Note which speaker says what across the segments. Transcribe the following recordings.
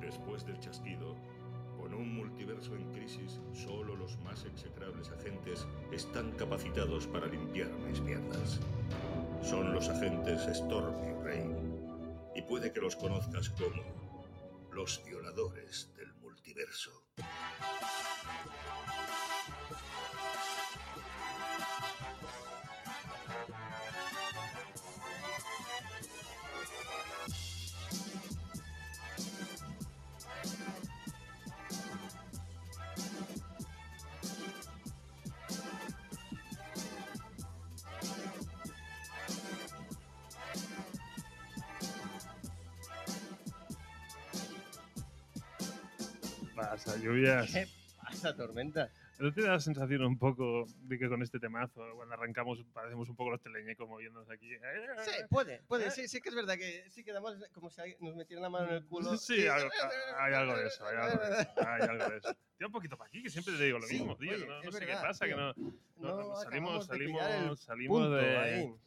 Speaker 1: después del chasquido, con un multiverso en crisis, solo los más execrables agentes están capacitados para limpiar mis mierdas. Son los agentes Storm y Rain, y puede que los conozcas como los violadores del multiverso.
Speaker 2: pasa, lluvias?
Speaker 3: ¿Qué pasa, tormenta?
Speaker 2: ¿No te da la sensación un poco de que con este temazo, cuando arrancamos, parecemos un poco los teleñecos moviéndonos aquí?
Speaker 3: Sí, puede, puede, sí, sí que es verdad que sí quedamos como si alguien nos metieran la mano en el culo.
Speaker 2: Sí, algo- hay algo de eso, hay algo de eso. Hay algo de eso. Tira un poquito para aquí, que siempre te digo lo
Speaker 3: Sí,
Speaker 2: mismo, tío.
Speaker 3: oye,
Speaker 2: no
Speaker 3: es
Speaker 2: no sé
Speaker 3: verdad,
Speaker 2: qué pasa,
Speaker 3: tío.
Speaker 2: que no, no, no, salimos,
Speaker 3: acabamos de pillar el
Speaker 2: salimos, salimos
Speaker 3: punto
Speaker 2: de... este
Speaker 3: ahí.
Speaker 2: Yo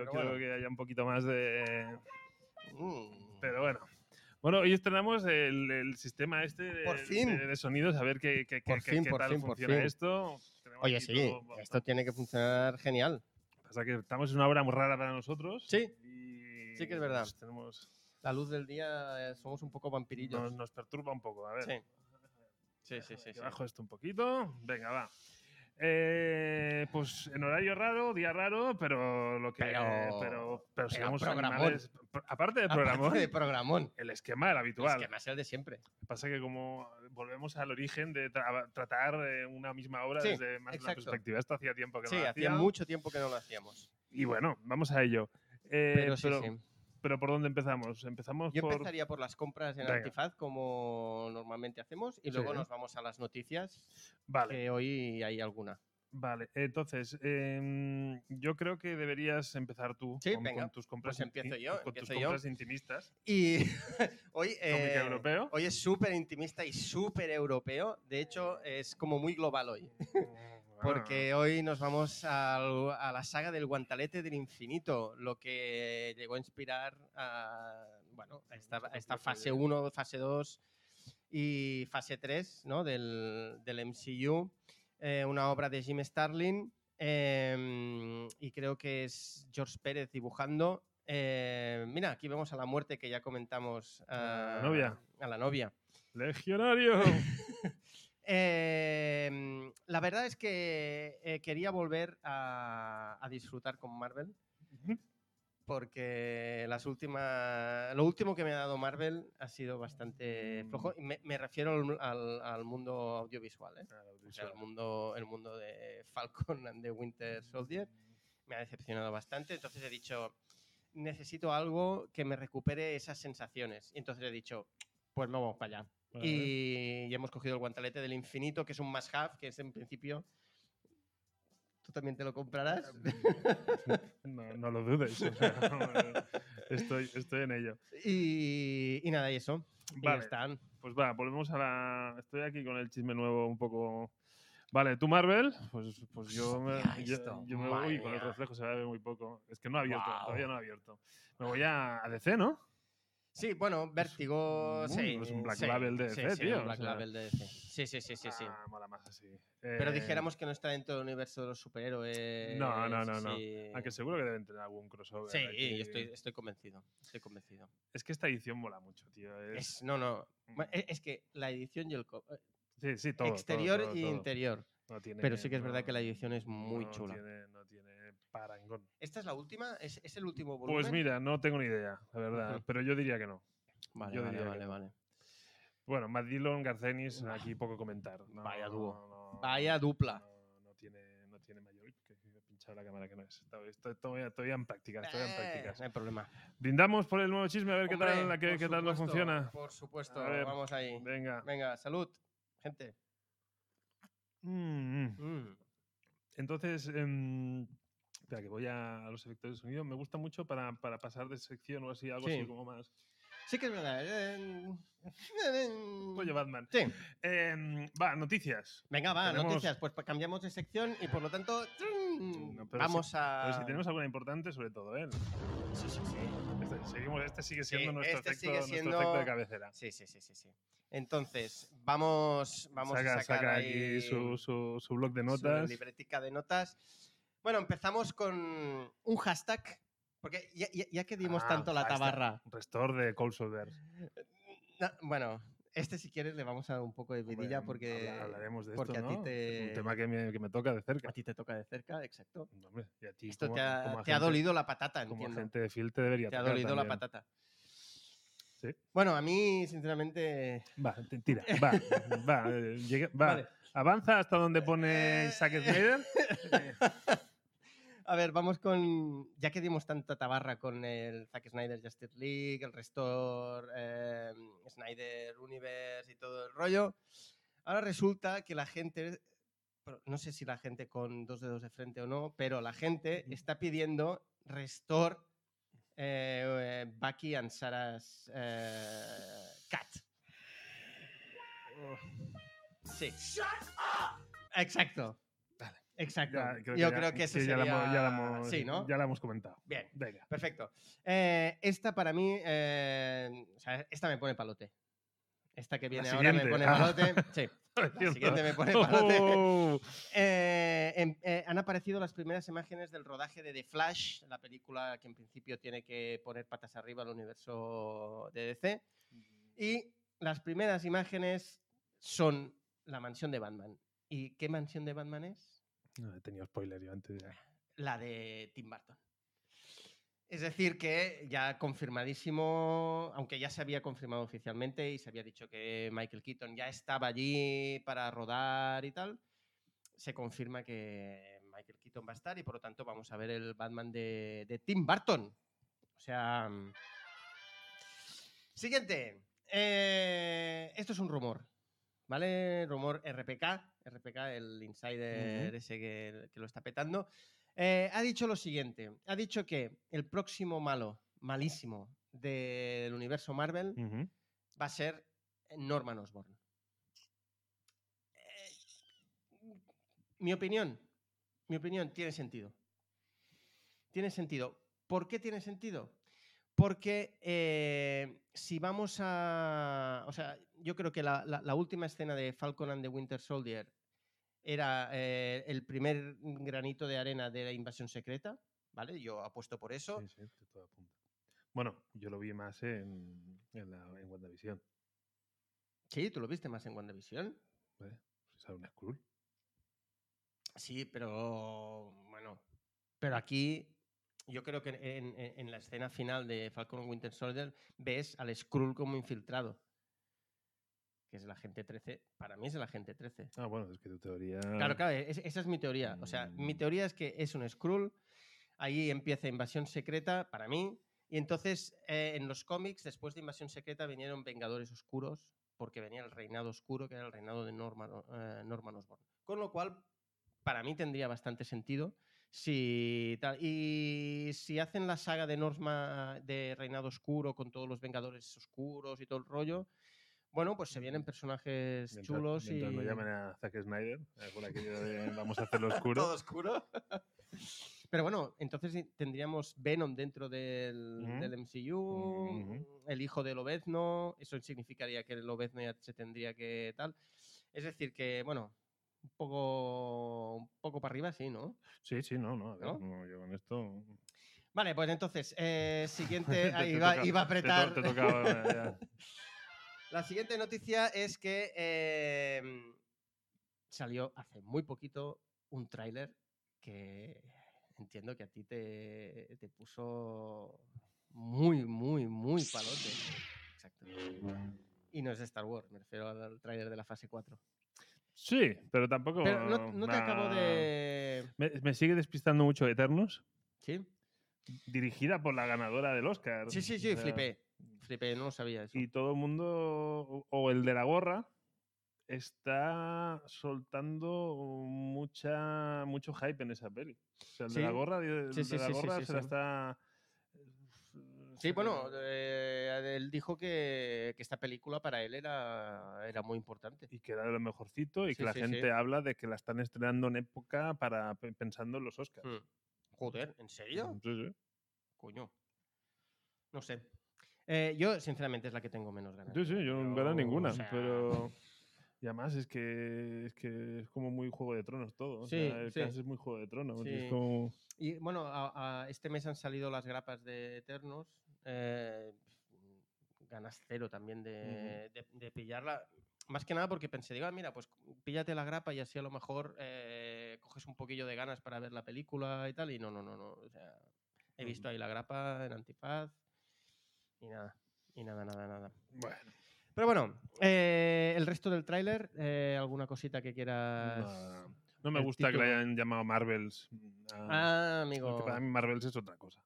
Speaker 3: Pero
Speaker 2: creo
Speaker 3: bueno.
Speaker 2: que haya un poquito más de...
Speaker 3: Mm.
Speaker 2: Pero bueno. Bueno, hoy estrenamos el, el sistema este de,
Speaker 3: Por fin.
Speaker 2: de, de sonidos, a ver qué, qué, qué-
Speaker 3: Por
Speaker 2: qué-
Speaker 3: fin,
Speaker 2: qué
Speaker 3: por
Speaker 2: tal
Speaker 3: fin, por
Speaker 2: funciona
Speaker 3: fin.
Speaker 2: esto. Tenemos
Speaker 3: Oye,
Speaker 2: aquí
Speaker 3: sí,
Speaker 2: todo-
Speaker 3: esto tiene que funcionar genial.
Speaker 2: Pasa que estamos en una hora muy rara para nosotros.
Speaker 3: Sí.
Speaker 2: Y
Speaker 3: Sí que es verdad.
Speaker 2: pues tenemos,
Speaker 3: La luz del día eh, somos un poco
Speaker 2: nos,
Speaker 3: vampirillos.
Speaker 2: nos perturba un poco. A ver,
Speaker 3: Sí. Sí, sí, sí.
Speaker 2: que
Speaker 3: sí.
Speaker 2: bajo esto un poquito. Venga, va. Eh, pues en horario raro, día raro, pero lo que.
Speaker 3: Pero-
Speaker 2: pero, pero si
Speaker 3: pero
Speaker 2: vamos
Speaker 3: programón.
Speaker 2: animales. pro- Aparte de
Speaker 3: Aparte
Speaker 2: programón,
Speaker 3: de programón.
Speaker 2: el esquema el
Speaker 3: Es
Speaker 2: habitual.
Speaker 3: que me hace el de siempre.
Speaker 2: Pasa que, como volvemos al origen de tra- tratar eh, una misma obra
Speaker 3: Sí,
Speaker 2: desde más una
Speaker 3: exacto.
Speaker 2: perspectiva, esto hacía tiempo que
Speaker 3: Sí,
Speaker 2: no lo
Speaker 3: hacía
Speaker 2: hacía.
Speaker 3: mucho tiempo que no lo hacíamos.
Speaker 2: Y bueno, vamos a ello. Eh,
Speaker 3: Pero sí,
Speaker 2: pero,
Speaker 3: sí.
Speaker 2: pero ¿por dónde empezamos? Empezamos
Speaker 3: Yo
Speaker 2: por.
Speaker 3: empezaría por las compras en
Speaker 2: Venga.
Speaker 3: Antifaz, como normalmente hacemos, y luego
Speaker 2: Sí.
Speaker 3: nos vamos a las noticias,
Speaker 2: Vale.
Speaker 3: que hoy hay alguna.
Speaker 2: Vale, entonces, em, yo creo que deberías empezar tú
Speaker 3: Sí,
Speaker 2: con,
Speaker 3: venga.
Speaker 2: con tus compras,
Speaker 3: Pues empiezo yo,
Speaker 2: con tus
Speaker 3: empiezo yo.
Speaker 2: compras intimistas.
Speaker 3: Y hoy, eh,
Speaker 2: Cómic europeo.
Speaker 3: hoy es súper intimista y súper europeo, de hecho es como muy global hoy,
Speaker 2: Ah.
Speaker 3: porque hoy nos vamos al- a la saga del guantalete del infinito, lo que llegó a inspirar a, bueno, a, esta, a esta fase 1, fase 2 y fase 3 ¿no? del, del MCU, eh, una obra de Jim Starlin eh, y creo que es George Pérez dibujando. Eh, mira, aquí vemos a la muerte que ya comentamos.
Speaker 2: A la
Speaker 3: ah,
Speaker 2: novia.
Speaker 3: A la novia.
Speaker 2: Ah, ¡Legionario!
Speaker 3: Eh, la verdad es que eh, quería volver a, a disfrutar con Marvel. Porque las últimas, lo último que me ha dado Marvel ha sido bastante
Speaker 2: Mm.
Speaker 3: flojo. Y Me, me refiero al, al- al mundo audiovisual, ¿eh? O sea, el
Speaker 2: Visual.
Speaker 3: mundo, el mundo de Falcon and the Winter Soldier me ha decepcionado bastante. Entonces he dicho, necesito algo que me recupere esas sensaciones. Y entonces he dicho, pues no vamos para allá.
Speaker 2: Vale.
Speaker 3: Y, y hemos cogido el guantalete del infinito, que es un must-have, que es en principio... Tú también te lo comprarás.
Speaker 2: no, no lo dudes. o sea, estoy, estoy en ello.
Speaker 3: y, y nada, y eso. Y ya
Speaker 2: Vale.
Speaker 3: están.
Speaker 2: Pues va, volvemos a la. Estoy aquí con el chisme nuevo un poco. Vale, tú Marvel, pues, pues yo, me,
Speaker 3: Hostia,
Speaker 2: yo-
Speaker 3: esto,
Speaker 2: yo me
Speaker 3: madre
Speaker 2: voy con el
Speaker 3: mía.
Speaker 2: reflejo, se va a ver muy poco. Es que no ha abierto,
Speaker 3: Guau.
Speaker 2: todavía no ha abierto. Me voy a, a DC, ¿no?
Speaker 3: Sí, bueno, Vértigo.
Speaker 2: un-
Speaker 3: sí,
Speaker 2: es un Black
Speaker 3: sí,
Speaker 2: Label de
Speaker 3: sí,
Speaker 2: DC,
Speaker 3: sí,
Speaker 2: tío,
Speaker 3: un Black
Speaker 2: o sea.
Speaker 3: Label de DC. Sí, sí, sí, sí. sí.
Speaker 2: Ah, mola más así.
Speaker 3: Pero
Speaker 2: Eh,
Speaker 3: dijéramos que no está dentro del universo de los superhéroes.
Speaker 2: No, no, no, no.
Speaker 3: sí.
Speaker 2: Aunque seguro ah, que deben tener algún crossover.
Speaker 3: Sí,
Speaker 2: aquí.
Speaker 3: yo estoy, estoy convencido. Estoy convencido.
Speaker 2: Es que esta edición mola mucho, tío. Es...
Speaker 3: Es, no, no. Bueno, Es es que la edición y el co- eh,
Speaker 2: Sí, sí, todo.
Speaker 3: exterior
Speaker 2: todo, todo,
Speaker 3: y
Speaker 2: todo.
Speaker 3: interior.
Speaker 2: No tiene-
Speaker 3: Pero sí que es verdad
Speaker 2: no-
Speaker 3: que la edición es muy
Speaker 2: no
Speaker 3: chula.
Speaker 2: Tiene, no tiene parangón.
Speaker 3: ¿Esta es la última? ¿Es, es el último volumen?
Speaker 2: Pues mira, no tengo ni idea, la verdad.
Speaker 3: Ujú.
Speaker 2: Pero yo diría que no.
Speaker 3: Vale,
Speaker 2: yo
Speaker 3: vale,
Speaker 2: diría que
Speaker 3: vale,
Speaker 2: no.
Speaker 3: vale.
Speaker 2: Bueno, Matt Dillon, Garcenis, aquí poco comentar. No,
Speaker 3: Vaya dúo.
Speaker 2: no, no,
Speaker 3: Vaya dupla.
Speaker 2: No, no tiene, no tiene mayor. Que que he pinchado la cámara que no es. Estoy, estoy- todavía, todavía en prácticas, todavía en
Speaker 3: Eh,
Speaker 2: prácticas.
Speaker 3: no hay problema.
Speaker 2: Brindamos por el nuevo chisme, a ver qué
Speaker 3: Hombre,
Speaker 2: tal, la- qué,
Speaker 3: por
Speaker 2: qué tal nos
Speaker 3: supuesto,
Speaker 2: funciona.
Speaker 3: Por supuesto,
Speaker 2: A ver.
Speaker 3: vamos ahí.
Speaker 2: Venga.
Speaker 3: Venga, salud, gente.
Speaker 2: Mm, mm.
Speaker 3: Mm.
Speaker 2: Entonces, em, espera, que voy a, a los efectos de sonido. Me gusta mucho para, para pasar de sección o así, algo
Speaker 3: Sí.
Speaker 2: así como más.
Speaker 3: Sí que es verdad. eh,
Speaker 2: Pollo Batman.
Speaker 3: Sí.
Speaker 2: Eh, va, noticias.
Speaker 3: Venga, va,
Speaker 2: Tenemos-
Speaker 3: noticias. Pues pa- cambiamos de sección y por lo tanto. trum,
Speaker 2: No, pero
Speaker 3: vamos a.
Speaker 2: Pero si tenemos alguna importante, sobre todo, ¿eh?
Speaker 3: Sí, sí, sí.
Speaker 2: Este, seguimos, este sigue
Speaker 3: Sí,
Speaker 2: siendo, nuestro,
Speaker 3: este
Speaker 2: efecto,
Speaker 3: sigue siendo-
Speaker 2: nuestro efecto de cabecera.
Speaker 3: Sí, sí, sí, sí, sí. Entonces, vamos, vamos
Speaker 2: saca,
Speaker 3: a sacar
Speaker 2: saca
Speaker 3: ahí
Speaker 2: aquí su, su, su blog de
Speaker 3: su
Speaker 2: notas.
Speaker 3: libretica de notas. Bueno, empezamos con un hashtag, porque ya, ya- ya que dimos
Speaker 2: Ah,
Speaker 3: tanto la
Speaker 2: hashtag.
Speaker 3: tabarra.
Speaker 2: Restore de Cold Soldiers.
Speaker 3: No, bueno, este si quieres le vamos a dar un poco de
Speaker 2: Hombre, mm,
Speaker 3: vidilla porque
Speaker 2: habla- hablaremos de
Speaker 3: porque
Speaker 2: esto,
Speaker 3: a ti
Speaker 2: ¿no?
Speaker 3: te-
Speaker 2: Es un tema que me, que me toca de cerca.
Speaker 3: a ti te toca de cerca, exacto.
Speaker 2: Hombre, y a ti
Speaker 3: Esto
Speaker 2: como-
Speaker 3: te ha,
Speaker 2: como
Speaker 3: te ha
Speaker 2: agente-
Speaker 3: dolido la patata,
Speaker 2: Como
Speaker 3: entiendo.
Speaker 2: agente de fiel te debería
Speaker 3: Te ha
Speaker 2: tocar
Speaker 3: dolido la
Speaker 2: también.
Speaker 3: patata.
Speaker 2: Sí.
Speaker 3: Bueno, a mí, sinceramente...
Speaker 2: Va, te- tira, va, va, eh, llega- va.
Speaker 3: Vale.
Speaker 2: Avanza hasta donde pone
Speaker 3: Eh,
Speaker 2: Zack Snyder.
Speaker 3: A ver, vamos con. Ya que dimos tanta tabarra con el Zack Snyder Justice League, el Restore, eh, Snyder Universe y todo el rollo, ahora resulta que la gente. pero No sé si la gente con dos dedos de frente o no, pero la gente
Speaker 2: Ujú.
Speaker 3: está pidiendo Restore eh, eh, Bucky and Sarah's eh, Cat. Sí. Exacto. Exacto.
Speaker 2: Ya,
Speaker 3: Yo
Speaker 2: ya-
Speaker 3: creo que eso
Speaker 2: ya la hemos- ya la
Speaker 3: sería-
Speaker 2: hemos-
Speaker 3: sí, ¿no?
Speaker 2: ya la hemos comentado.
Speaker 3: Bien.
Speaker 2: Venga.
Speaker 3: Perfecto. Eh, esta para mí, eh, o sea, esta me pone palote. Esta que viene ahora me
Speaker 2: siguiente.
Speaker 3: pone
Speaker 2: Ah.
Speaker 3: palote. Sí, la siguiente me pone palote.
Speaker 2: Oh,
Speaker 3: Eh, em- eh, han aparecido las primeras imágenes del rodaje de The Flash, la película que en principio tiene que poner patas arriba al universo de DC. Y las primeras imágenes son la mansión de Batman. ¿Y qué mansión de Batman es?
Speaker 2: no, he tenido spoiler yo antes. ya.
Speaker 3: la de Tim Burton. Es decir, que ya confirmadísimo, aunque ya se había confirmado oficialmente y se había dicho que Michael Keaton ya estaba allí para rodar y tal, se confirma que Michael Keaton va a estar y por lo tanto vamos a ver el Batman de, de Tim Burton. O sea... mm. Siguiente. Eh, esto es un rumor, ¿vale? Rumor RPK, RPK, el insider
Speaker 2: Ujú.
Speaker 3: ese que- que lo está petando. Eh, ha dicho lo siguiente. Ha dicho que el próximo malo, malísimo, del universo Marvel
Speaker 2: Ujú.
Speaker 3: va a ser Norman Osborn. Eh, mi opinión, mi opinión tiene sentido. Tiene sentido. ¿Por qué tiene sentido? Porque eh, si vamos a... O sea, yo creo que la, la- la última escena de Falcon and the Winter Soldier era eh, el primer granito de arena de la invasión secreta, ¿vale? Yo apuesto por eso.
Speaker 2: Sí, sí, de todo apunta. Bueno, yo lo vi más en, en, la, en WandaVision.
Speaker 3: Sí, tú lo viste más en WandaVision.
Speaker 2: ¿Sabes? pues, Una Skrull.
Speaker 3: Sí, pero bueno. Pero aquí yo creo que en, en- en la escena final de Falcon and Winter Soldier ves al Skrull como infiltrado. Que es la gente 13. Para mí es la gente 13.
Speaker 2: Ah, bueno, es que tu teoría.
Speaker 3: Claro, claro, e-, es- esa es mi teoría. O sea, mi
Speaker 2: Mm.
Speaker 3: teoría es que es un Skrull. Ahí empieza Invasión Secreta para mí. Y entonces eh, en los cómics, después de Invasión Secreta, vinieron Vengadores Oscuros. Porque venía el reinado oscuro, que era el reinado de Norman, O- eh, Norman Osborn. Con lo cual, para mí tendría bastante sentido. Si tal- Y si hacen la saga de Norma de Reinado Oscuro con todos los Vengadores Oscuros y todo el rollo, bueno, pues se vienen personajes
Speaker 2: Mm. Mientras-
Speaker 3: chulos
Speaker 2: mientras
Speaker 3: y.
Speaker 2: no llamen a Zack Snyder, eh, por aquello de vamos a hacerlo oscuro.
Speaker 3: oscuro. Pero bueno, entonces i- tendríamos Venom dentro del,
Speaker 2: Mm.
Speaker 3: del MCU,
Speaker 2: Mhm.
Speaker 3: el hijo de Lobezno, eso significaría que Lobezno ya se tendría que tal. Es decir, que bueno, un poco, un poco para arriba, sí, ¿no?
Speaker 2: Sí, sí, no, no, a ver,
Speaker 3: ¿No?
Speaker 2: no, yo con esto.
Speaker 3: Vale, pues entonces, eh,
Speaker 2: Te-
Speaker 3: siguiente,
Speaker 2: te
Speaker 3: ahí iba,
Speaker 2: toca-
Speaker 3: iba
Speaker 2: te
Speaker 3: a
Speaker 2: to-
Speaker 3: apretar.
Speaker 2: Te, tocaba, eh, ya.
Speaker 3: La siguiente noticia es que eh, salió hace muy poquito un tráiler que entiendo que a ti te, te puso muy, muy, muy palote. Exacto. Y no es de Star Wars, me refiero al tráiler de la fase 4.
Speaker 2: Sí, pero tampoco.
Speaker 3: Pero no, no te acabo
Speaker 2: nah.
Speaker 3: de...
Speaker 2: Me, me sigue despistando mucho Eternos,
Speaker 3: ¿Sí?
Speaker 2: dirigida por la ganadora del Oscar.
Speaker 3: Sí, sí,
Speaker 2: o
Speaker 3: sí,
Speaker 2: sea,
Speaker 3: flipé. Flipé, no lo sabía eso.
Speaker 2: Y todo el mundo, o- o el de la gorra, está soltando mucha, mucho hype en esa peli. O sea, el de la
Speaker 3: Sí.
Speaker 2: gorra, di- el
Speaker 3: Sí, sí,
Speaker 2: de la
Speaker 3: sí, sí,
Speaker 2: gorra
Speaker 3: sí,
Speaker 2: se la
Speaker 3: sí.
Speaker 2: está.
Speaker 3: Sí, bueno, eh, él dijo que, que esta película para él era, era muy importante.
Speaker 2: y que era de lo mejorcito y
Speaker 3: Sí,
Speaker 2: que la
Speaker 3: sí,
Speaker 2: gente
Speaker 3: sí.
Speaker 2: habla de que la están estrenando en época para pensando en los Oscars.
Speaker 3: Hmm. Joder, ¿en serio?
Speaker 2: Sí, sí.
Speaker 3: Coño. No sé. Eh, yo, sinceramente, es la que tengo menos ganas.
Speaker 2: Sí,
Speaker 3: de
Speaker 2: sí,
Speaker 3: ver,
Speaker 2: yo no
Speaker 3: Ah, pero,
Speaker 2: veo ninguna,
Speaker 3: o sea,
Speaker 2: pero... Y además es que, es que es como muy Juego de Tronos todo. o
Speaker 3: Sí,
Speaker 2: sea, el
Speaker 3: sí.
Speaker 2: cast es muy Juego de Tronos. y
Speaker 3: Sí.
Speaker 2: Es como...
Speaker 3: Y bueno, a- a- este mes han salido las grapas de Eternos. eh, ganas cero también de, de- de pillarla. Más que nada porque pensé, digo, "Ah, mira, pues píllate la grapa y así a lo mejor eh, coges un poquillo de ganas para ver la película y tal. Y no, no, no, no. o sea, he
Speaker 2: Ujú.
Speaker 3: visto ahí la grapa en Antifaz y nada, y nada, nada, nada.
Speaker 2: Bueno,
Speaker 3: Pero bueno, eh, el resto del tráiler, eh, alguna cosita que quieras.
Speaker 2: no, no me
Speaker 3: el
Speaker 2: gusta que le
Speaker 3: título.
Speaker 2: hayan llamado Marvels. mm, a-
Speaker 3: Ah, amigo.
Speaker 2: porque para mí Marvels es otra cosa.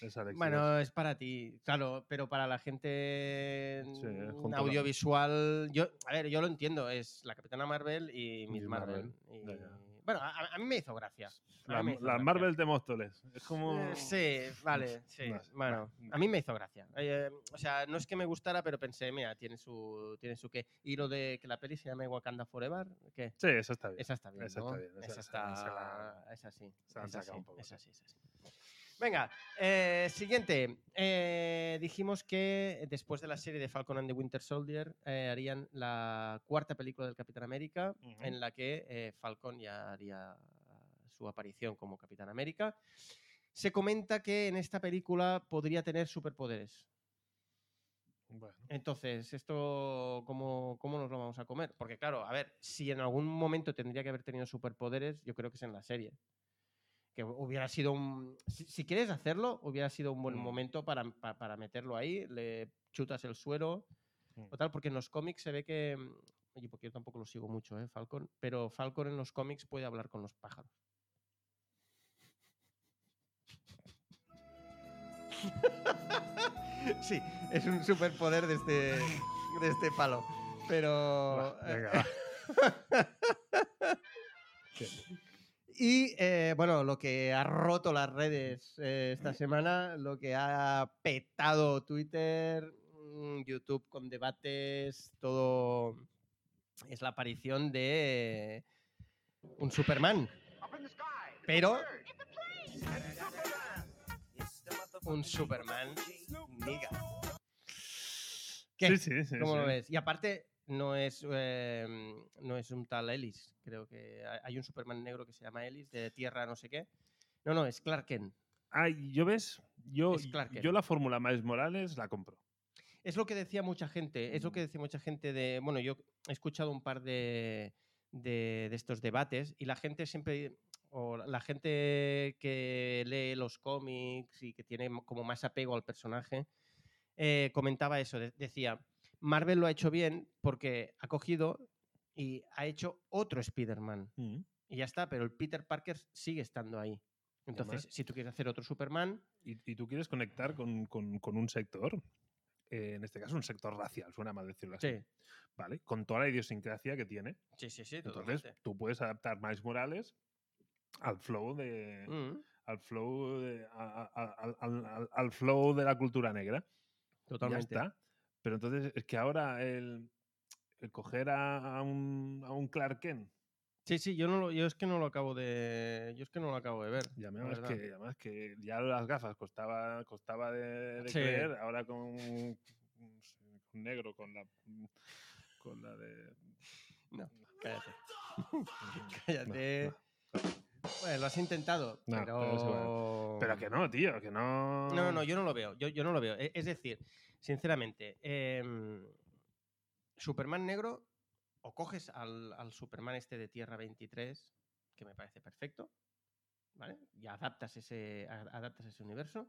Speaker 2: Es Alex Ross.
Speaker 3: Bueno, es para ti, claro, pero para la gente
Speaker 2: Sí,
Speaker 3: mm,
Speaker 2: junto a la-
Speaker 3: audiovisual, yo, a ver, yo lo entiendo, es la Capitana Marvel y Miss
Speaker 2: Miss
Speaker 3: Marvel.
Speaker 2: Marvel,
Speaker 3: y-
Speaker 2: ya, ya.
Speaker 3: Bueno, a, a mí me hizo gracia. a
Speaker 2: La-
Speaker 3: mí me hizo
Speaker 2: las
Speaker 3: gracia.
Speaker 2: Marvels de Móstoles. Es como...
Speaker 3: Eh, sí, vale, sí.
Speaker 2: no sé,
Speaker 3: bueno,
Speaker 2: bueno.
Speaker 3: a mí me hizo gracia. Eh, o sea, no es que me gustara, pero pensé, mira, tiene su, tiene su qué. Y lo de que la peli se llame Wakanda Forever, ¿qué?
Speaker 2: Sí, eso está bien.
Speaker 3: Esa está bien,
Speaker 2: Esa
Speaker 3: ¿no?
Speaker 2: está bien, esa- esa-
Speaker 3: Esa
Speaker 2: esa
Speaker 3: está...
Speaker 2: la-
Speaker 3: Esa sí.
Speaker 2: se la han
Speaker 3: esa
Speaker 2: sacado
Speaker 3: sí,
Speaker 2: un poco,
Speaker 3: esa
Speaker 2: sí.
Speaker 3: sí, esa sí. Venga, eh, siguiente. Eh, dijimos que después de la serie de Falcon and the Winter Soldier eh, harían la cuarta película del Capitán América,
Speaker 2: Ujú.
Speaker 3: en la que eh, Falcon ya haría su aparición como Capitán América. Se comenta que en esta película podría tener superpoderes.
Speaker 2: Bueno.
Speaker 3: Entonces, ¿esto cómo, cómo nos lo vamos a comer? Porque claro, a ver, si en algún momento tendría que haber tenido superpoderes, yo creo que es en la serie. Que hu- hubiera sido un... Si, si quieres hacerlo, hubiera sido un buen
Speaker 2: Mm.
Speaker 3: momento para, pa- para, meterlo ahí, le chutas el suero
Speaker 2: Mm.
Speaker 3: o tal, porque en los cómics se ve que... mm, Oye, porque yo tampoco lo sigo mucho, ¿eh? Falcon. Pero Falcon en los cómics puede hablar con los pájaros. sí, es un superpoder de este, de este palo. Pero... eh,
Speaker 2: Buah, venga, va.
Speaker 3: Y eh, bueno, lo que ha roto las redes eh, esta semana, lo que ha petado Twitter, mm, YouTube con debates, todo es la aparición de eh, un Superman. Pero un Superman niga.
Speaker 2: Sí,
Speaker 3: ¿Qué?
Speaker 2: sí, sí,
Speaker 3: ¿Cómo lo
Speaker 2: sí.
Speaker 3: ves? Y aparte, no es, eh, no es un tal Ellis. Creo que hay- hay un Superman negro que se llama Ellis, de tierra no sé qué. No, no, es Clark Kent.
Speaker 2: Ah, y yo ves, yo,
Speaker 3: Es Clark
Speaker 2: yo
Speaker 3: Kent.
Speaker 2: la fórmula Miles Morales la compro.
Speaker 3: Es lo que decía mucha gente. Es lo que
Speaker 2: Mm.
Speaker 3: decía mucha gente de. Bueno, yo he escuchado un par de, de, de estos debates y la gente siempre. O la- la gente que lee los cómics y que tiene mo- como más apego al personaje eh, comentaba eso. de- decía: Marvel lo ha hecho bien porque ha cogido y ha hecho otro Spider-Man. Y ya está, pero el Peter Parker sigue estando ahí. Entonces, si tú quieres hacer otro Superman,
Speaker 2: Y, y tú quieres conectar con, con- con un sector, eh, en este caso un sector racial, suena mal decirlo así,
Speaker 3: sí,
Speaker 2: ¿vale? Con toda la idiosincrasia que tiene.
Speaker 3: sí, sí, sí,
Speaker 2: Entonces,
Speaker 3: totalmente.
Speaker 2: tú puedes adaptar Miles Morales al flow de,
Speaker 3: Mm,
Speaker 2: al flow de, a- a- al, al- al- al flow de la cultura negra.
Speaker 3: totalmente.
Speaker 2: Ya está. Pero entonces es que ahora el, el coger a, a un, a un Clark Kent
Speaker 3: Sí, sí, yo no lo- yo es que no lo acabo de. Yo es que no lo acabo de ver.
Speaker 2: Y
Speaker 3: la
Speaker 2: además,
Speaker 3: verdad.
Speaker 2: que, además que ya las gafas costaba, costaba de, de
Speaker 3: Sí.
Speaker 2: creer, ahora con un negro, con la, con la de...
Speaker 3: No,
Speaker 2: Ah,
Speaker 3: cállate. Cállate. Bueno, lo has intentado,
Speaker 2: No,
Speaker 3: pero.
Speaker 2: pero es igual. Pero que no, tío, que no...
Speaker 3: No, no, no, yo no lo veo. Yo, yo no lo veo. E- Es decir, sinceramente, em, Superman negro, o coges al, al Superman este de Tierra 23, que me parece perfecto, ¿vale? Y adaptas ese, a- adaptas ese universo.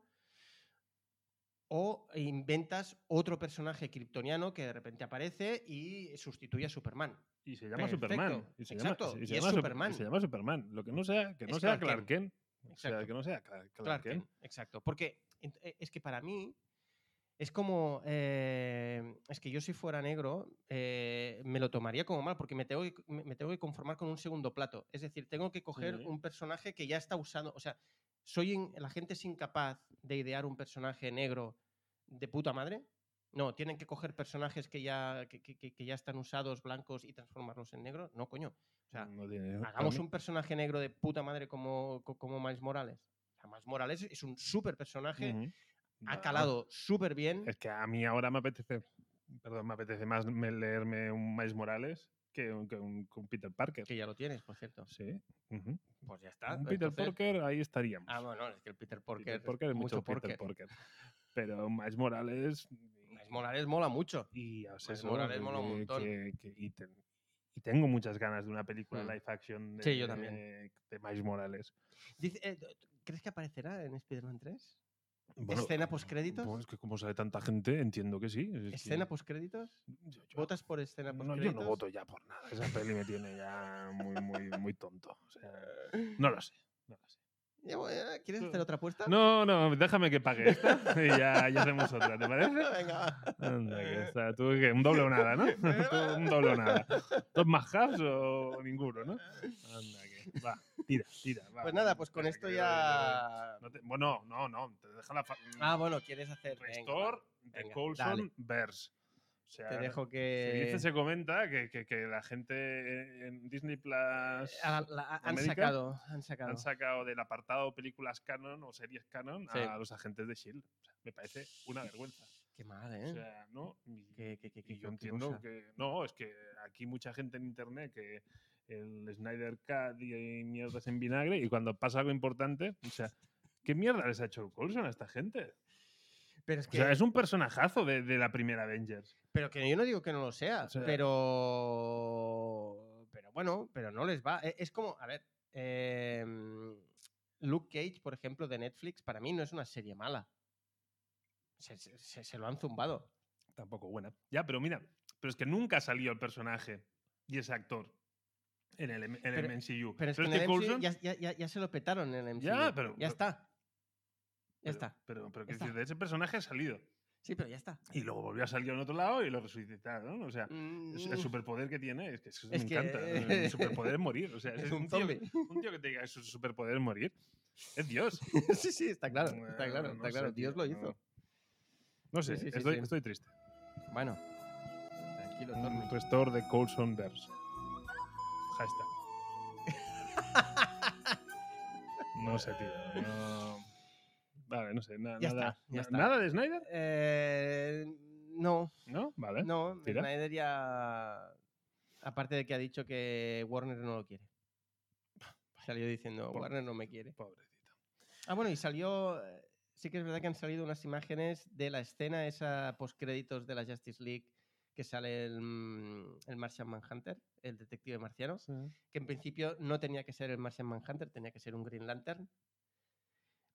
Speaker 3: O inventas otro personaje kryptoniano que de repente aparece y sustituye a Superman.
Speaker 2: Y se llama
Speaker 3: Perfecto,
Speaker 2: Superman. Y se llama,
Speaker 3: exacto,
Speaker 2: y se
Speaker 3: y es
Speaker 2: llama Sup-
Speaker 3: Superman.
Speaker 2: y se llama Superman. Lo que no sea, que no
Speaker 3: Es
Speaker 2: sea Clark
Speaker 3: Clark
Speaker 2: Kent. O sea,
Speaker 3: Exacto.
Speaker 2: que no sea Cla- Clark,
Speaker 3: Clark
Speaker 2: Kent.
Speaker 3: Kent, exacto. Porque ent- eh, es que para mí es como. eh, es que yo, si fuera negro, eh, me lo tomaría como mal, porque me tengo, que, me me tengo que conformar con un segundo plato. Es decir, tengo que coger
Speaker 2: Sí.
Speaker 3: un personaje que ya está usado. O sea, soy in- la gente es incapaz de idear un personaje negro de puta madre. No, tienen que coger personajes que ya, que, que- que- que ya están usados, blancos, y transformarlos en negros. No, coño. O sea,
Speaker 2: No tiene- para
Speaker 3: hagamos
Speaker 2: mí-
Speaker 3: un personaje negro de puta madre como, co- como Miles Morales. O sea, Miles Morales es un súper personaje,
Speaker 2: Ujú.
Speaker 3: ha
Speaker 2: Bueno,
Speaker 3: calado súper bien.
Speaker 2: Mm, Es que a mí ahora me apetece, perdón, me apetece más me- leerme un Miles Morales que un, que un- que un Peter Parker.
Speaker 3: Que ya lo tienes, por cierto.
Speaker 2: Sí. ujú.
Speaker 3: Pues ya está.
Speaker 2: Un Peter
Speaker 3: entonces-
Speaker 2: Parker, ahí estaríamos.
Speaker 3: Ah, bueno, es que el Peter Parker,
Speaker 2: Peter Parker es mucho Peter Parker. Pero Miles Morales.
Speaker 3: Miles Morales mola mucho.
Speaker 2: Y o sea,
Speaker 3: Miles
Speaker 2: ¿no?
Speaker 3: Morales mola un
Speaker 2: que-
Speaker 3: montón.
Speaker 2: que- que- y, ten- y tengo muchas ganas de una película
Speaker 3: Mm.
Speaker 2: live action de,
Speaker 3: Sí, yo también.
Speaker 2: de, Miles Morales.
Speaker 3: Dice, eh, ¿Crees que aparecerá en Spider-Man 3?
Speaker 2: Bueno,
Speaker 3: ¿Escena postcréditos?
Speaker 2: Pues que como sale tanta gente, entiendo que sí. es que-
Speaker 3: ¿Escena postcréditos?
Speaker 2: Yo- yo-
Speaker 3: ¿Votas por escena
Speaker 2: No,
Speaker 3: postcréditos?
Speaker 2: yo no voto ya por nada. Esa peli me tiene ya muy, muy, muy tonto. O sea, no lo sé. no lo sé.
Speaker 3: Ya voy, eh, ¿Quieres
Speaker 2: No.
Speaker 3: hacer otra apuesta?
Speaker 2: No, no, déjame que pague esta y ya, ya hacemos otra, ¿te parece?
Speaker 3: Venga. va.
Speaker 2: Anda,
Speaker 3: Eh.
Speaker 2: que está. Tú, ¿qué? Un doble o nada, ¿no? Tú, un doble o nada. ¿Dos más halves o ninguno, no? Anda, que. Va, tira, tira. va,
Speaker 3: Pues nada, pues con
Speaker 2: espera,
Speaker 3: esto
Speaker 2: que-
Speaker 3: ya...
Speaker 2: no te- bueno, no, no. Te deja la. fa-
Speaker 3: Ah, bueno, quieres hacer... venga,
Speaker 2: Restore de
Speaker 3: venga, dale.
Speaker 2: Coulson Verse. O sea,
Speaker 3: va. Te dejo
Speaker 2: Se dice,
Speaker 3: que...
Speaker 2: este se comenta que, que- que la gente en Disney Plus
Speaker 3: Ah, la- han
Speaker 2: América,
Speaker 3: sacado, han sacado.
Speaker 2: han sacado del apartado películas canon o series canon
Speaker 3: Sí.
Speaker 2: a los agentes de S.H.I.E.L.D. E O sea, me parece una vergüenza.
Speaker 3: Qué mal,
Speaker 2: O
Speaker 3: ¿eh?
Speaker 2: sea, ¿no? Y,
Speaker 3: Qué- qué- qué-
Speaker 2: y
Speaker 3: qué-
Speaker 2: yo
Speaker 3: qué
Speaker 2: entiendo
Speaker 3: cosa.
Speaker 2: que... No, es que aquí mucha gente en internet que el Snyder Cut y hay mierdas en vinagre y cuando pasa algo importante, o sea... ¿Qué mierda les ha hecho el Coulson a esta gente?
Speaker 3: Pero es
Speaker 2: O
Speaker 3: que...
Speaker 2: sea, es un personajazo de, de la primera Avengers.
Speaker 3: Pero que yo no digo que no lo sea,
Speaker 2: O sea-
Speaker 3: pero. Pero bueno, pero no les va. E- Es como, a ver. em, Luke Cage, por ejemplo, de Netflix, para mí no es una serie mala. Se, se- se- se lo han zumbado.
Speaker 2: Tampoco buena. Ya, pero mira, pero es que nunca salió el personaje y ese actor en el, M- en el
Speaker 3: Pero-
Speaker 2: MCU.
Speaker 3: Pero es que, en el MCU
Speaker 2: este Coulson-
Speaker 3: ya, ya- ya- ya se lo petaron en el MCU.
Speaker 2: Ya, pero-
Speaker 3: Ya está. Ya
Speaker 2: pero-
Speaker 3: está.
Speaker 2: Pero, pero
Speaker 3: Ya
Speaker 2: quiero
Speaker 3: está.
Speaker 2: decir, de ese personaje ha salido.
Speaker 3: Sí, pero ya está.
Speaker 2: Y luego volvió a salir en otro lado y lo resucitaron. O sea,
Speaker 3: Mm,
Speaker 2: Ah, es- el superpoder que tiene es que eso
Speaker 3: Es
Speaker 2: me
Speaker 3: que-
Speaker 2: encanta. ¿no? El superpoder es morir. O sea,
Speaker 3: Mm, Es un
Speaker 2: tío-
Speaker 3: zombie.
Speaker 2: un tío que te diga que su superpoder es morir. Es Dios.
Speaker 3: sí, sí, está claro. Está
Speaker 2: Eh,
Speaker 3: claro,
Speaker 2: no
Speaker 3: está claro.
Speaker 2: sé,
Speaker 3: Dios
Speaker 2: tío,
Speaker 3: lo
Speaker 2: no.
Speaker 3: hizo.
Speaker 2: No sé,
Speaker 3: Sí, sí, sí,
Speaker 2: estoy,
Speaker 3: sí.
Speaker 2: estoy triste.
Speaker 3: Bueno. Tranquilo, Tormi.
Speaker 2: Un restore de Coulson Verse. Hashtag. No sé, tío. No... Vale, no sé. na-
Speaker 3: Ya
Speaker 2: nada,
Speaker 3: está, ya
Speaker 2: na-
Speaker 3: está.
Speaker 2: ¿Nada de Snyder?
Speaker 3: Eh, no,
Speaker 2: ¿No? Vale.
Speaker 3: No,
Speaker 2: Tira.
Speaker 3: Snyder ya. Aparte de que ha dicho que Warner no lo quiere. Salió diciendo,
Speaker 2: Pobre.
Speaker 3: Warner no me quiere.
Speaker 2: Pobrecito.
Speaker 3: Ah, bueno, y salió. eh, Sí que es verdad que han salido unas imágenes de la escena, esa postcréditos de la Justice League, que sale el, mm, el Martian Manhunter, el detective marciano, que en principio no tenía que ser el Martian Manhunter, tenía que ser un Green Lantern.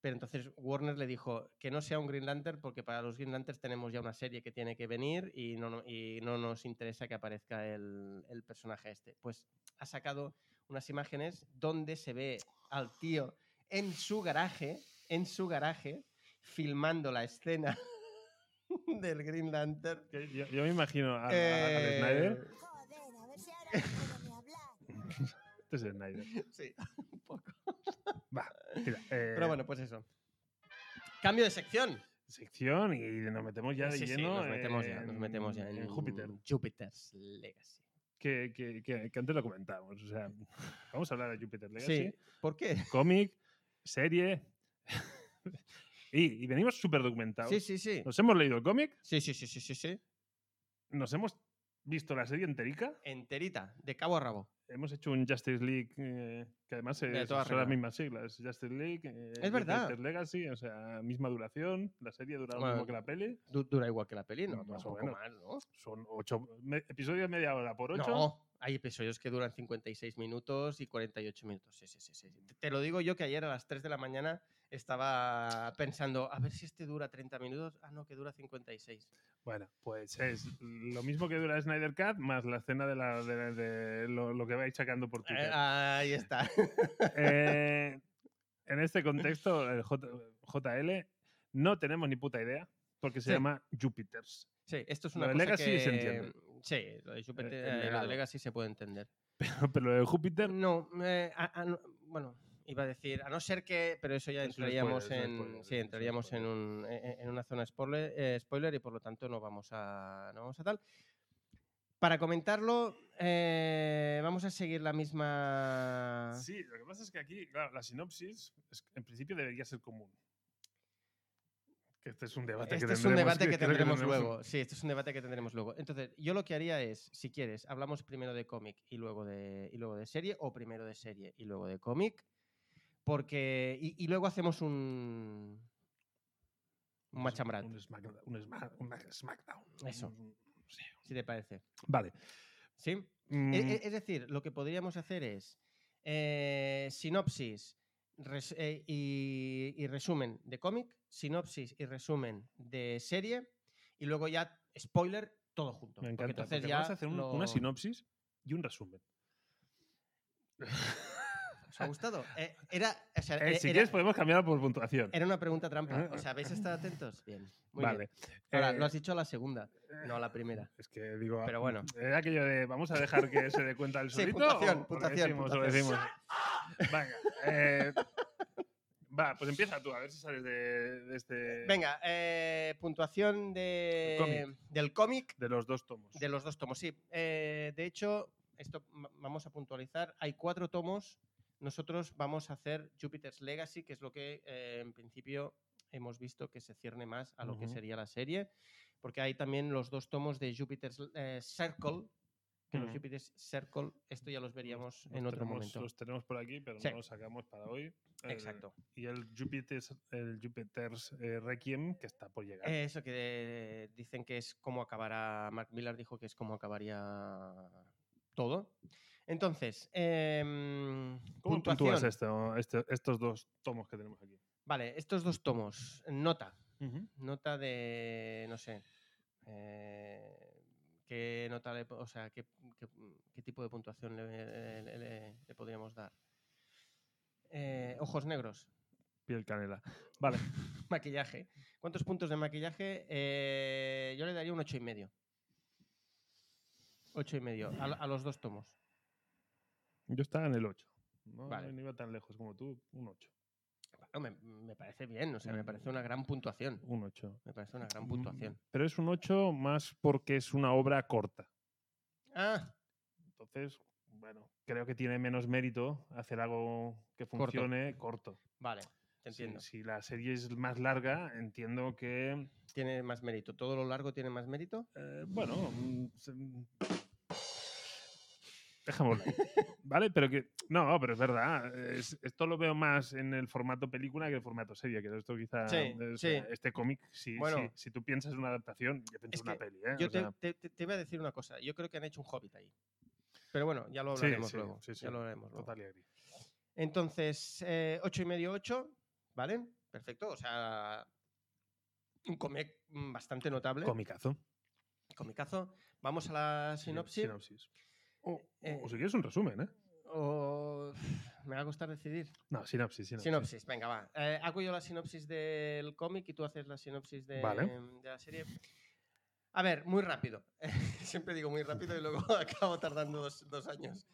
Speaker 3: Pero entonces Warner le dijo que no sea un Green Lantern porque para los Green Lanterns tenemos ya una serie que tiene que venir y no, no- y no nos interesa que aparezca el, el personaje este. Pues ha sacado unas imágenes donde se ve al tío en su garaje, en su garaje, filmando la escena del Green Lantern.
Speaker 2: Que Yo, yo me imagino a, a- al Snyder.
Speaker 3: Eh,
Speaker 4: Joder, a ver si ahora no puedo ni hablar.
Speaker 2: Este es Snyder.
Speaker 3: Sí, un poco.
Speaker 2: Mira, eh,
Speaker 3: Pero bueno, pues eso. Cambio de sección.
Speaker 2: Sección y nos metemos ya de
Speaker 3: Sí, sí,
Speaker 2: lleno.
Speaker 3: nos metemos ya, nos
Speaker 2: en-
Speaker 3: metemos ya en,
Speaker 2: en Júpiter.
Speaker 3: Júpiter's Legacy.
Speaker 2: Que, que, que, que antes lo comentábamos. O sea, vamos a hablar de Júpiter Legacy.
Speaker 3: Sí, ¿por qué?
Speaker 2: cómic, serie. y, y venimos súper documentados.
Speaker 3: Sí, sí, sí.
Speaker 2: Nos hemos leído el cómic,
Speaker 3: Sí, sí, sí, sí, sí, sí.
Speaker 2: nos hemos visto la serie enterica,
Speaker 3: Enterita, de cabo a rabo.
Speaker 2: hemos hecho un Justice League eh, que además
Speaker 3: De
Speaker 2: eh,
Speaker 3: toda
Speaker 2: son las
Speaker 3: regla.
Speaker 2: mismas siglas. Justice League, eh, Justice
Speaker 3: verdad.
Speaker 2: Legacy, o sea, misma duración, la serie dura lo
Speaker 3: Bueno,
Speaker 2: mismo que la peli,
Speaker 3: Du- dura igual que la peli, ¿no?
Speaker 2: Mm, Más o
Speaker 3: Tampoco
Speaker 2: menos.
Speaker 3: mal, ¿no?
Speaker 2: son ocho me- episodios de media hora por ocho.
Speaker 3: No, hay episodios que duran 56 minutos y 48 minutos. Sí, sí, sí, sí. Te- Te lo digo yo que ayer a las 3 de la mañana estaba pensando, a ver si este dura 30 minutos. Ah, no, que dura 56.
Speaker 2: Bueno, pues es lo mismo que dura Snyder Cat más la escena de, la, de- de lo, lo que vais sacando por
Speaker 3: Eh,
Speaker 2: Twitter.
Speaker 3: ahí está.
Speaker 2: Eh, en este contexto, el J- JL, no tenemos ni puta idea, porque se
Speaker 3: Sí.
Speaker 2: llama Jupiters.
Speaker 3: Sí, esto es
Speaker 2: Lo
Speaker 3: una
Speaker 2: de
Speaker 3: cosa
Speaker 2: Legacy
Speaker 3: que...
Speaker 2: se entiende.
Speaker 3: Sí, lo de, Júpiter-
Speaker 2: el
Speaker 3: eh, lo de
Speaker 2: legado.
Speaker 3: Legacy se puede entender.
Speaker 2: Pero lo de Júpiter,
Speaker 3: No, eh, a- a- no, bueno, Iba a decir, a no ser que, pero eso ya
Speaker 2: Es un
Speaker 3: entraríamos
Speaker 2: spoiler, es un
Speaker 3: en,
Speaker 2: spoiler,
Speaker 3: sí,
Speaker 2: es un
Speaker 3: entraríamos en,
Speaker 2: spoiler.
Speaker 3: un- e, en- en una zona spoiler, eh, spoiler y por lo tanto no vamos a, no vamos a tal. Para comentarlo, eh, vamos a seguir la misma.
Speaker 2: Sí, lo que pasa es que aquí, claro, la sinopsis es- en principio debería ser común. Que este es un debate que
Speaker 3: Este
Speaker 2: tendremos.
Speaker 3: es un debate que,
Speaker 2: creo
Speaker 3: tendremos
Speaker 2: tendremos
Speaker 3: luego. Sí, este es un debate que tendremos luego. Entonces, yo lo que haría es, si quieres, hablamos primero de cómic y luego de, y luego de serie, o primero de serie y luego de cómic, porque. Y, y luego hacemos un. Un machambrán.
Speaker 2: Un, smack- un sma- un SmackDown.
Speaker 3: Eso.
Speaker 2: Un- sí.
Speaker 3: si te parece.
Speaker 2: Vale.
Speaker 3: ¿Sí?
Speaker 2: Mm,
Speaker 3: E- e- Es decir, lo que podríamos hacer es eh, sinopsis res- eh, y, y resumen de cómic, sinopsis y resumen de serie, y luego ya spoiler todo junto.
Speaker 2: me
Speaker 3: porque
Speaker 2: encanta.
Speaker 3: entonces
Speaker 2: porque
Speaker 3: ya
Speaker 2: vamos a hacer un-
Speaker 3: lo-
Speaker 2: una sinopsis y un resumen.
Speaker 3: ¿Os ha gustado? Eh, era, o sea,
Speaker 2: Eh,
Speaker 3: e-
Speaker 2: si
Speaker 3: era-
Speaker 2: quieres, podemos cambiar por puntuación.
Speaker 3: era una pregunta trampa.
Speaker 2: Ah.
Speaker 3: O sea, ¿habéis estado atentos? Bien. Muy
Speaker 2: vale.
Speaker 3: bien. Ahora,
Speaker 2: Eh,
Speaker 3: lo has dicho a la segunda, no a la primera.
Speaker 2: Es que digo. ah,
Speaker 3: Pero bueno.
Speaker 2: Era aquello de vamos a dejar que se dé cuenta el
Speaker 3: Sí,
Speaker 2: solito.
Speaker 3: puntuación,
Speaker 2: o- o lo
Speaker 3: puntuación,
Speaker 2: decimos, o lo
Speaker 3: puntuación.
Speaker 2: decimos? Venga. eh, va, pues empieza tú, a ver si sales de, de este.
Speaker 3: Venga, eh, puntuación de- del cómic.
Speaker 2: De los dos tomos.
Speaker 3: De los dos tomos, sí. Eh, de hecho, esto m- vamos a puntualizar. Hay cuatro tomos. Nosotros vamos a hacer Jupiter's Legacy, que es lo que eh, en principio hemos visto que se cierne más a lo que
Speaker 2: Ujú.
Speaker 3: sería la serie, porque hay también los dos tomos de Jupiter's eh, Circle, que los
Speaker 2: Ujú.
Speaker 3: Jupiter's Circle, esto ya los veríamos
Speaker 2: Los
Speaker 3: en otro
Speaker 2: tenemos-
Speaker 3: momento.
Speaker 2: Los tenemos por aquí, pero
Speaker 3: Sí.
Speaker 2: no los sacamos para hoy. Eh,
Speaker 3: Exacto.
Speaker 2: y el Jupiter's, el Jupiter's eh, Requiem, que está por llegar.
Speaker 3: Eh, eso que eh, dicen que es como acabará. Mark Millar dijo que es como acabaría todo. Entonces, em,
Speaker 2: ¿Cómo
Speaker 3: puntuación.
Speaker 2: puntúas esto, este- estos dos tomos que tenemos aquí?
Speaker 3: Vale, estos dos tomos. Nota. Nota de. No sé. eh, ¿Qué nota le po- O sea, ¿qué, qué, qué tipo de puntuación le, le- le- le- le podríamos dar? Eh, ojos negros.
Speaker 2: Piel canela. Vale.
Speaker 3: Maquillaje. ¿Cuántos puntos de maquillaje? Eh, yo le daría un ocho y medio. Ocho y medio. A, a los dos tomos.
Speaker 2: Yo estaba en el 8. No,
Speaker 3: Vale.
Speaker 2: no iba tan lejos como tú. Un 8.
Speaker 3: No, me, me parece bien, o sea, me parece una gran puntuación.
Speaker 2: Un 8.
Speaker 3: Me parece una gran
Speaker 2: Mm.
Speaker 3: puntuación.
Speaker 2: Pero es un 8 más porque es una obra corta.
Speaker 3: Ah,
Speaker 2: Entonces, bueno, creo que tiene menos mérito hacer algo que
Speaker 3: Corto.
Speaker 2: funcione corto.
Speaker 3: vale, te
Speaker 2: Si-
Speaker 3: entiendo.
Speaker 2: Si, la serie es más larga, entiendo que,
Speaker 3: tiene más mérito. Todo lo largo tiene más mérito.
Speaker 2: eh, bueno, mm, se- dejémoslo ahí, ¿Vale? Pero que, no, pero es verdad. es- esto lo veo más en el formato película que en el formato serie, que esto quizá,
Speaker 3: Sí,
Speaker 2: eh, o sea,
Speaker 3: sí.
Speaker 2: este cómic, si, si-
Speaker 3: Bueno.
Speaker 2: si tú piensas en una adaptación, yo pienso
Speaker 3: Es
Speaker 2: en una
Speaker 3: que
Speaker 2: peli, ¿eh?
Speaker 3: Yo
Speaker 2: O
Speaker 3: te,
Speaker 2: sea,
Speaker 3: te- te- te voy a decir una cosa. Yo creo que han hecho un hobbit ahí. Pero bueno, ya lo
Speaker 2: Sí,
Speaker 3: hablaremos
Speaker 2: sí,
Speaker 3: luego.
Speaker 2: sí, sí.
Speaker 3: Ya lo hablaremos luego.
Speaker 2: total y agree.
Speaker 3: Entonces, eh, ocho y medio, 8, ¿vale? Perfecto. O sea, un cómic mm, bastante notable.
Speaker 2: Comicazo.
Speaker 3: Comicazo. Vamos a la
Speaker 2: Sino-
Speaker 3: sinopsis.
Speaker 2: Eh, sinopsis. O,
Speaker 3: Eh,
Speaker 2: o si quieres un resumen, ¿eh?
Speaker 3: O me va a costar decidir.
Speaker 2: No, sinopsis, sinopsis.
Speaker 3: Sinopsis, venga, va. Eh, hago yo la sinopsis del cómic y tú haces la sinopsis de,
Speaker 2: Vale.
Speaker 3: de la serie. A ver, muy rápido. Siempre digo muy rápido y luego acabo tardando dos, dos años.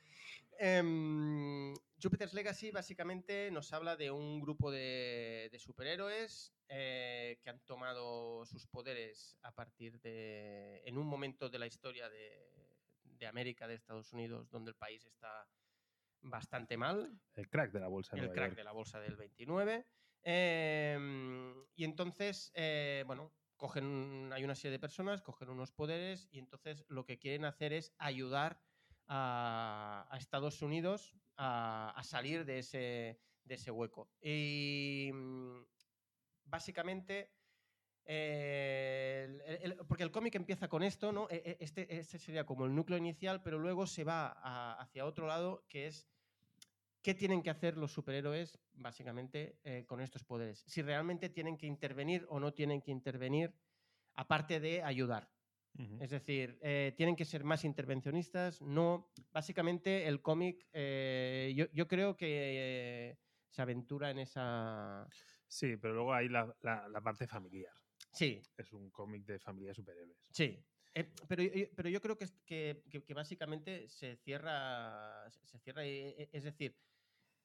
Speaker 3: Em, Jupiter's Legacy básicamente nos habla de un grupo de, de superhéroes eh, que han tomado sus poderes a partir de. en un momento de la historia de, de América, de Estados Unidos, donde el país está bastante mal,
Speaker 2: El crack de la bolsa. de
Speaker 3: el
Speaker 2: Nueva
Speaker 3: crack
Speaker 2: York.
Speaker 3: de la bolsa del 29. em, y entonces, eh, bueno, cogen, hay una serie de personas, cogen unos poderes y entonces lo que quieren hacer es ayudar a, a Estados Unidos a, a salir de ese, de ese hueco. Y mm, básicamente... eh, el- el- el- porque el cómic empieza con esto, ¿no? E- e- Este, este sería como el núcleo inicial, pero luego se va a- hacia otro lado, que es ¿Qué tienen que hacer los superhéroes, básicamente, eh, con estos poderes? Si realmente tienen que intervenir o no tienen que intervenir, aparte de ayudar.
Speaker 2: Ujú.
Speaker 3: Es decir, eh, tienen que ser más intervencionistas, no. Básicamente, el cómic, eh, yo, yo creo que eh, se aventura en esa.
Speaker 2: Sí, pero luego hay la, la- la parte familiar.
Speaker 3: Sí,
Speaker 2: Es un cómic de familia de superhéroes.
Speaker 3: sí. Eh, pero, yo- pero yo creo que, es- que- que- que básicamente se cierra. Se cierra eh, eh, es decir,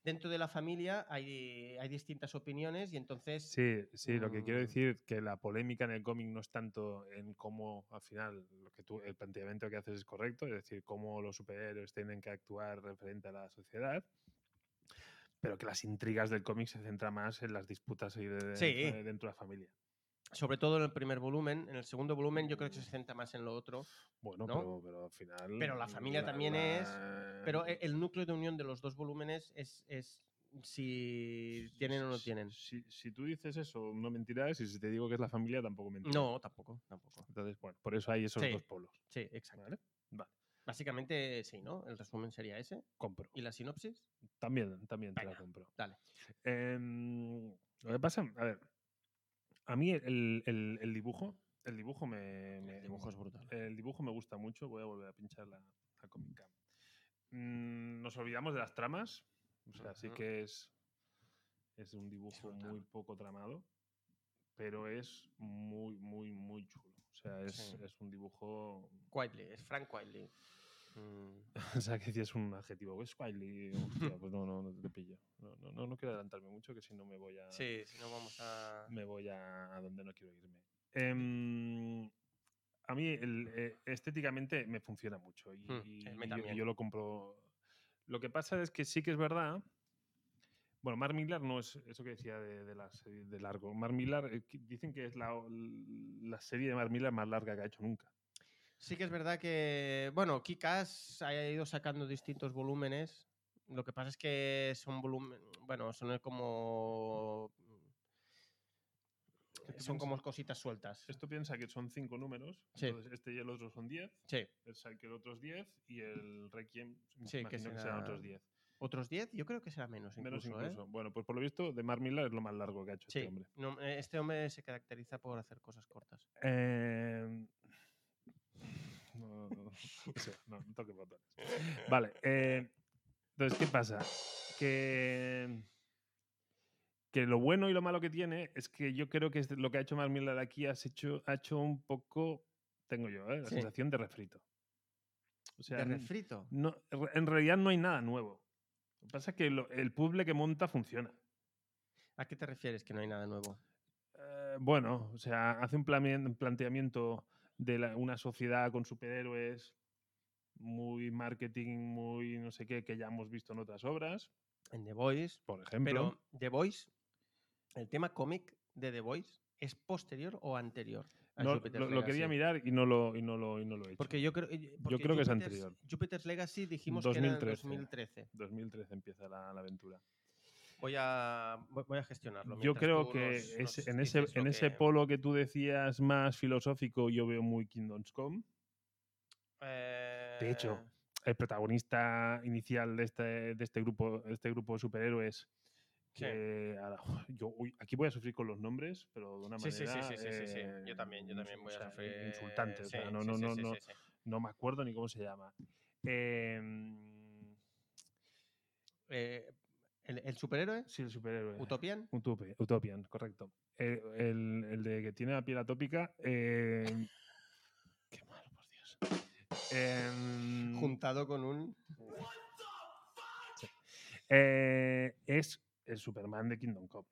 Speaker 3: dentro de la familia hay, hay distintas opiniones y entonces
Speaker 2: Sí, sí, lo que quiero
Speaker 3: Mm.
Speaker 2: decir que la polémica en el cómic no es tanto en cómo al final lo que tú, el planteamiento que haces es correcto, es decir, cómo los superhéroes tienen que actuar referente a la sociedad, pero que las intrigas del cómic se centran más en las disputas ahí de- de-
Speaker 3: Sí.
Speaker 2: eh, dentro de la familia.
Speaker 3: sobre todo en el primer volumen, en el segundo volumen yo creo que se centra más en lo otro,
Speaker 2: Bueno,
Speaker 3: ¿No?
Speaker 2: pero, pero al final...
Speaker 3: Pero la familia también es- pero e- el núcleo de unión de los dos volúmenes es, es si eh, tienen o no
Speaker 2: Si-
Speaker 3: tienen.
Speaker 2: Si, si tú dices eso, no mentirás, y si te digo que es la familia, tampoco mentirás.
Speaker 3: No, tampoco, tampoco.
Speaker 2: Entonces, bueno, por eso hay esos
Speaker 3: Sí.
Speaker 2: dos polos.
Speaker 3: Sí, exacto.
Speaker 2: ¿Vale? Vale.
Speaker 3: Básicamente sí, ¿no? El resumen sería ese.
Speaker 2: Compro.
Speaker 3: ¿Y la sinopsis?
Speaker 2: También, también te la
Speaker 3: Venga,
Speaker 2: compro.
Speaker 3: dale.
Speaker 2: Em, lo que pasa, a ver, a mí el, el- el dibujo, el dibujo me, me-
Speaker 3: El dibujo es brutal.
Speaker 2: el dibujo me gusta mucho. Voy a volver a pinchar la, la Comic Cam. Mm, nos olvidamos de las tramas, o sea, sí
Speaker 3: Ujú.
Speaker 2: que es es un dibujo
Speaker 3: brutal.
Speaker 2: muy poco tramado, pero es muy, muy, muy chulo. O sea, es,
Speaker 3: Sí.
Speaker 2: es un dibujo
Speaker 3: Quietly, es Frank Quietly. Mm,
Speaker 2: O sea, que si es un adjetivo. Es Wiley. Hostia, pues no, no, no te pillo. No, no, no, no quiero adelantarme mucho, que si no me voy a.
Speaker 3: Sí, si no vamos a...
Speaker 2: Me voy a, a donde no quiero irme. Em, a mí el- eh, estéticamente me funciona mucho. Y,
Speaker 3: Mm, sí,
Speaker 2: y
Speaker 3: a mí
Speaker 2: yo- y yo,
Speaker 3: también.
Speaker 2: lo compro. Lo que pasa es que sí que es verdad. Bueno, Mark Millar no es eso que decía de, de la serie de largo. Mark Millar, eh, que dicen que es la, la serie de Mark Millar más larga que ha hecho nunca.
Speaker 3: Sí que es verdad que, bueno, Kikas ha ido sacando distintos volúmenes. Lo que pasa es que son volumen, bueno, son como
Speaker 2: tú
Speaker 3: son
Speaker 2: piensas?
Speaker 3: como cositas sueltas.
Speaker 2: Esto piensa que son cinco números.
Speaker 3: Sí.
Speaker 2: Entonces, este y el otro son diez.
Speaker 3: Sí,
Speaker 2: el Psyker otros 10 y el Requiem
Speaker 3: Sí, que
Speaker 2: imagino que, serán
Speaker 3: será
Speaker 2: otros 10.
Speaker 3: otros 10, yo creo que será menos incluso,
Speaker 2: Menos
Speaker 3: ¿eh?
Speaker 2: incluso. Bueno, pues por lo visto, de Mark Millar es lo más largo que ha hecho
Speaker 3: Sí,
Speaker 2: este hombre.
Speaker 3: no, eh, este hombre se caracteriza por hacer cosas cortas.
Speaker 2: Eh, No, sí, no, no toques botones. Vale. eh, entonces, ¿qué pasa? Que, que lo bueno y lo malo que tiene es que yo creo que es lo que ha hecho Mark Millar aquí has hecho, ha hecho un poco, tengo yo, eh, la
Speaker 3: Sí.
Speaker 2: sensación de refrito. O sea,
Speaker 3: De
Speaker 2: n-
Speaker 3: refrito.
Speaker 2: No, re- en realidad no hay nada nuevo. Lo que pasa es que lo- el puzzle que monta funciona.
Speaker 3: ¿A qué te refieres que no hay nada nuevo?
Speaker 2: Eh, bueno, o sea, hace un plame- un planteamiento de la- una sociedad con superhéroes, muy marketing, muy no sé qué, que ya hemos visto en otras obras,
Speaker 3: En The Voice,
Speaker 2: por ejemplo.
Speaker 3: pero The Voice, el tema cómic de The Voice es posterior o anterior. a
Speaker 2: No,
Speaker 3: Jupiter's
Speaker 2: lo, lo quería
Speaker 3: Legacy?
Speaker 2: mirar y no lo, y no lo, y no lo he hecho.
Speaker 3: Porque yo creo, eh, porque
Speaker 2: creo que es
Speaker 3: Jupiter's-
Speaker 2: anterior.
Speaker 3: Jupiter's Legacy dijimos que era en
Speaker 2: 2013.
Speaker 3: 2013.
Speaker 2: 2013 empieza la, la aventura.
Speaker 3: Voy a, voy voy a gestionarlo.
Speaker 2: Yo
Speaker 3: mientras
Speaker 2: creo
Speaker 3: tú
Speaker 2: que
Speaker 3: nos-
Speaker 2: ese-
Speaker 3: nos
Speaker 2: en, ese,
Speaker 3: dices lo
Speaker 2: en ese
Speaker 3: que-
Speaker 2: polo que tú decías más filosófico, yo veo muy Kingdoms Come.
Speaker 3: eh,
Speaker 2: hecho, el protagonista inicial de este, de este grupo, de este grupo de superhéroes.
Speaker 3: Sí.
Speaker 2: Que ahora, yo uy, aquí voy a sufrir con los nombres, pero de una
Speaker 3: Sí, sí,
Speaker 2: manera.
Speaker 3: sí, sí, sí, sí, sí.
Speaker 2: eh,
Speaker 3: Yo también, yo
Speaker 2: no
Speaker 3: también
Speaker 2: sé,
Speaker 3: voy
Speaker 2: o
Speaker 3: a
Speaker 2: sea,
Speaker 3: sufrir.
Speaker 2: Insultante, o sea,
Speaker 3: sí,
Speaker 2: no,
Speaker 3: sí,
Speaker 2: no,
Speaker 3: sí,
Speaker 2: no,
Speaker 3: sí,
Speaker 2: no,
Speaker 3: sí, sí.
Speaker 2: no me acuerdo ni cómo se llama. Em,
Speaker 3: Eh, ¿el, el superhéroe?
Speaker 2: sí, el superhéroe.
Speaker 3: ¿Utopian?
Speaker 2: Utope- Utopian, correcto. El, el- el de que tiene la piel atópica. em, qué malo, por Dios. Em,
Speaker 3: Juntado con un.
Speaker 2: eh, es el Superman de Kingdom Come.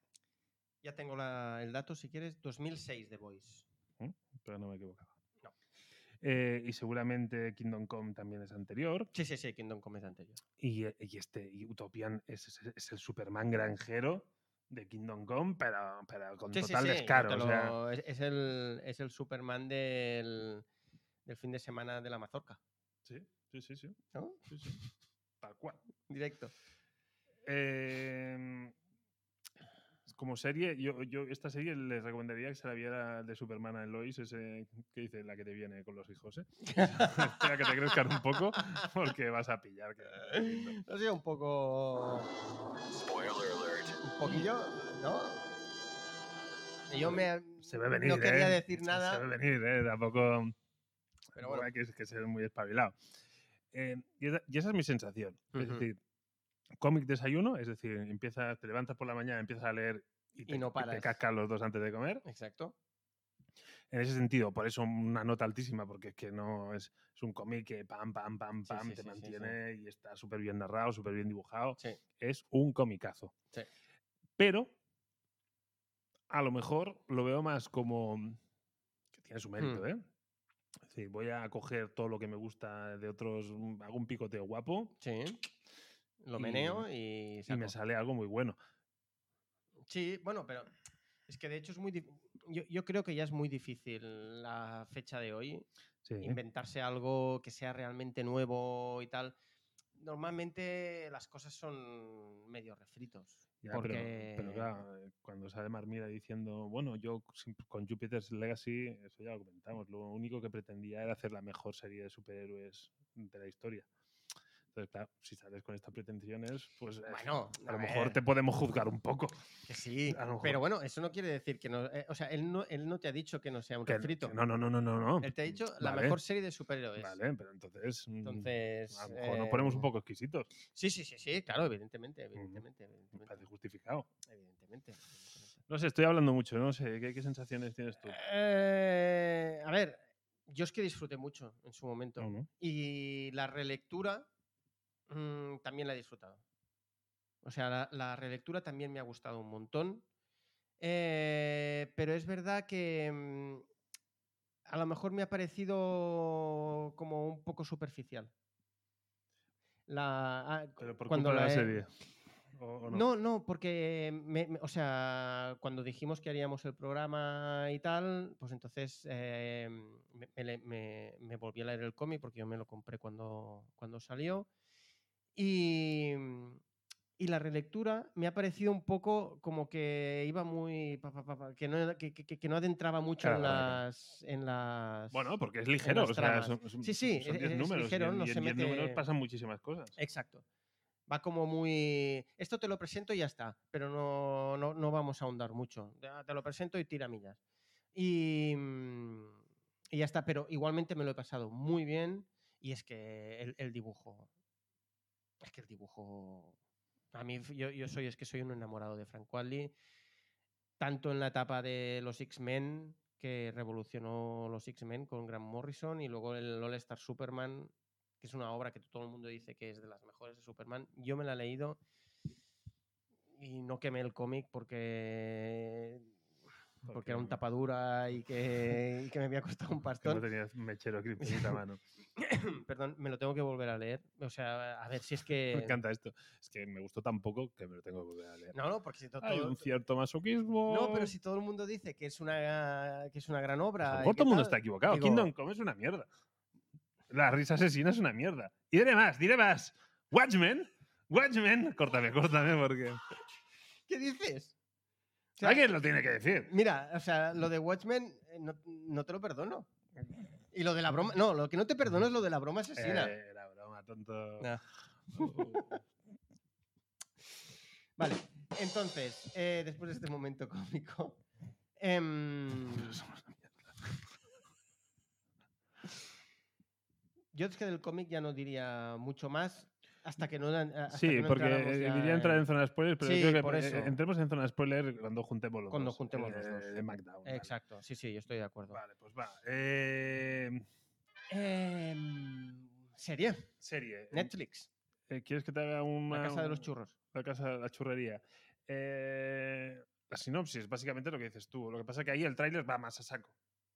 Speaker 3: Ya tengo la- el dato, si quieres. 2006 The Voice.
Speaker 2: pero no me equivocaba.
Speaker 3: No.
Speaker 2: Eh, y seguramente Kingdom Come también es anterior.
Speaker 3: Sí, sí, sí, Kingdom Come es anterior.
Speaker 2: Y, eh, y este y Utopian es, es- es el Superman granjero de Kingdom Come, pero, pero con
Speaker 3: Sí, sí,
Speaker 2: total
Speaker 3: sí,
Speaker 2: descaro.
Speaker 3: te
Speaker 2: o sea,
Speaker 3: lo- es, es el, es el Superman del, del fin de semana de la mazorca,
Speaker 2: sí, sí, sí, sí,
Speaker 3: ¿no?
Speaker 2: sí, sí. Tal cual.
Speaker 3: Directo.
Speaker 2: Eh, como serie, yo, yo esta serie les recomendaría que se la viera de Superman and Lois, ese que dice la que te viene con los hijos, ¿eh? Espera que te crezcan un poco, porque vas a pillar. que-
Speaker 3: No sé, un poco. Un poquillo, ¿no? Yo me.
Speaker 2: Se ve venir,
Speaker 3: No quería
Speaker 2: ¿eh?
Speaker 3: decir
Speaker 2: Se
Speaker 3: nada.
Speaker 2: ve venir, ¿eh? Tampoco.
Speaker 3: Pero
Speaker 2: Pero
Speaker 3: bueno.
Speaker 2: Hay que, que ser muy espabilado. Eh, y, esa, y esa es mi sensación. Es
Speaker 3: Ujú.
Speaker 2: decir, cómic desayuno, es decir, empiezas, te levantas por la mañana, empiezas a leer y te,
Speaker 3: no
Speaker 2: te
Speaker 3: paras.
Speaker 2: cascas los dos antes de comer.
Speaker 3: Exacto.
Speaker 2: en ese sentido, por eso una nota altísima, porque es que no es, es un cómic que pam, pam, pam,
Speaker 3: Sí,
Speaker 2: pam, te
Speaker 3: sí, sí, sí, sí.
Speaker 2: mantiene y está súper bien narrado, súper bien dibujado.
Speaker 3: Sí.
Speaker 2: Es un comicazo.
Speaker 3: Sí.
Speaker 2: Pero a lo mejor lo veo más como que tiene su mérito,
Speaker 3: Hmm.
Speaker 2: ¿eh? Es decir, voy a coger todo lo que me gusta de otros, un- hago un picoteo guapo
Speaker 3: Sí. Lo
Speaker 2: Y-
Speaker 3: meneo y,
Speaker 2: y me
Speaker 3: saco.
Speaker 2: sale algo muy bueno.
Speaker 3: Sí, bueno, pero es que de hecho es muy dif- yo, yo creo que ya es muy difícil la fecha de hoy
Speaker 2: Sí. ¿eh?
Speaker 3: inventarse algo que sea realmente nuevo y tal. Normalmente las cosas son medio refritos.
Speaker 2: Ya, pero-
Speaker 3: porque...
Speaker 2: pero, claro, eh, cuando sale Marmira diciendo, bueno, yo sin- con Jupiter's Legacy, eso ya lo comentamos, lo único que pretendía era hacer la mejor serie de superhéroes de la historia. Entonces, claro, si sales con estas pretensiones, pues eh,
Speaker 3: Bueno,
Speaker 2: a lo mejor
Speaker 3: ver,
Speaker 2: te podemos juzgar un poco.
Speaker 3: que sí,
Speaker 2: a lo mejor-
Speaker 3: pero bueno, eso no quiere decir que no. eh, o sea, él no, él no te ha dicho que no sea un
Speaker 2: Que-
Speaker 3: refrito.
Speaker 2: que no, no, no, no, no, no.
Speaker 3: Él te ha dicho la
Speaker 2: Vale,
Speaker 3: mejor serie de superhéroes.
Speaker 2: Vale, pero entonces, mm,
Speaker 3: Entonces.
Speaker 2: a lo mejor nos ponemos un
Speaker 3: eh,
Speaker 2: poco exquisitos.
Speaker 3: Sí, sí, sí, sí, claro, evidentemente, evidentemente,
Speaker 2: Me parece
Speaker 3: evidentemente.
Speaker 2: justificado.
Speaker 3: evidentemente, evidentemente.
Speaker 2: No sé, estoy hablando mucho, no sé, ¿qué, qué sensaciones tienes tú?
Speaker 3: Eh, a ver, yo es que disfruté mucho en su momento.
Speaker 2: No, ¿no?
Speaker 3: Y la relectura mm, también la he disfrutado. O sea, la, la relectura también me ha gustado un montón. Eh, pero es verdad que mm, a lo mejor me ha parecido como un poco superficial. La, ah,
Speaker 2: Pero por
Speaker 3: cuando
Speaker 2: culpa de
Speaker 3: la
Speaker 2: la
Speaker 3: he-
Speaker 2: serie. ¿o- o no?
Speaker 3: No, no, porque, me- me- o sea, cuando dijimos que haríamos el programa y tal, pues entonces eh, me, me le- me- me volví a leer el cómic porque yo me lo compré cuando, cuando salió. Y, y la relectura me ha parecido un poco como que iba muy... pa, pa, pa, pa, que, no, era- que, que- que- que no adentraba mucho en
Speaker 2: Claro, claro.
Speaker 3: las, en las...
Speaker 2: Bueno, porque es ligero.
Speaker 3: las
Speaker 2: O sea,
Speaker 3: tramas.
Speaker 2: son, son-
Speaker 3: Sí, sí,
Speaker 2: son
Speaker 3: es-
Speaker 2: 10
Speaker 3: es
Speaker 2: números.
Speaker 3: ligero,
Speaker 2: y en,
Speaker 3: no
Speaker 2: y en
Speaker 3: se
Speaker 2: 10 números
Speaker 3: mete- Eh,
Speaker 2: pasan muchísimas cosas.
Speaker 3: Exacto. Va como muy. Esto te lo presento y ya está, pero no, no, no vamos a ahondar mucho. Ya Te lo presento y tira millas. Y, mm, y ya está, pero igualmente me lo he pasado muy bien. Y es que el, el dibujo. Es que el dibujo. A mí, f- yo, yo soy, es que soy un enamorado de Frank Wadley. Tanto en la etapa de los X-Men, que revolucionó los X-Men con Grant Morrison, y luego el All-Star Superman, que es una obra que todo el mundo dice que es de las mejores de Superman. Yo me la he leído y no quemé el cómic porque porque era un
Speaker 2: tapado
Speaker 3: tapadura y que, y que me había costado un
Speaker 2: No
Speaker 3: pastón.
Speaker 2: tenía mechero criptonita a mano.
Speaker 3: Perdón, me lo tengo que volver a leer. O sea, a ver si es
Speaker 2: Me
Speaker 3: que...
Speaker 2: encanta esto. Es que me gustó tan poco que me lo tengo que volver a leer.
Speaker 3: Eh, No, no, porque si to- todo...
Speaker 2: Hay un cierto masoquismo.
Speaker 3: no, pero si todo el mundo dice que es una, que es una gran
Speaker 2: A lo
Speaker 3: obra... y
Speaker 2: mejor
Speaker 3: que
Speaker 2: todo el mundo
Speaker 3: tal,
Speaker 2: está equivocado.
Speaker 3: digo-
Speaker 2: Kingdom Come es una mierda. La risa asesina es una mierda. Y diré más, diré más. Watchmen. Watchmen. Córtame, córtame, porque
Speaker 3: ¿Qué dices? O sea,
Speaker 2: alguien lo tiene que decir.
Speaker 3: Mira, o sea, lo de Watchmen eh, no, no te lo perdono. Y lo de la broma... No, lo que no te perdono es lo de la broma asesina.
Speaker 2: Eh, la broma, tonto. Uh.
Speaker 3: Nah. Vale, entonces, eh, después de este momento cómico. em, yo es que del cómic ya no diría mucho más hasta que no. la- a- hasta que
Speaker 2: Sí,
Speaker 3: no
Speaker 2: porque
Speaker 3: entráramos
Speaker 2: eh,
Speaker 3: ya
Speaker 2: diría entrar en zona spoiler, pero
Speaker 3: Sí,
Speaker 2: yo creo
Speaker 3: por
Speaker 2: que eh,
Speaker 3: eso.
Speaker 2: entremos en zona spoiler cuando juntemos los
Speaker 3: Cuando
Speaker 2: dos. eh,
Speaker 3: juntemos los dos.
Speaker 2: De SmackDown. vale.
Speaker 3: Exacto, sí, sí, yo estoy de acuerdo.
Speaker 2: Vale, pues va. Eh,
Speaker 3: Em, serie,
Speaker 2: serie.
Speaker 3: Netflix,
Speaker 2: Eh, ¿Quieres que te haga una.
Speaker 3: La Casa de los
Speaker 2: un-
Speaker 3: Churros.
Speaker 2: La casa de la churrería. Eh, la sinopsis, básicamente lo que dices tú. Lo que pasa es que ahí el tráiler va más a saco.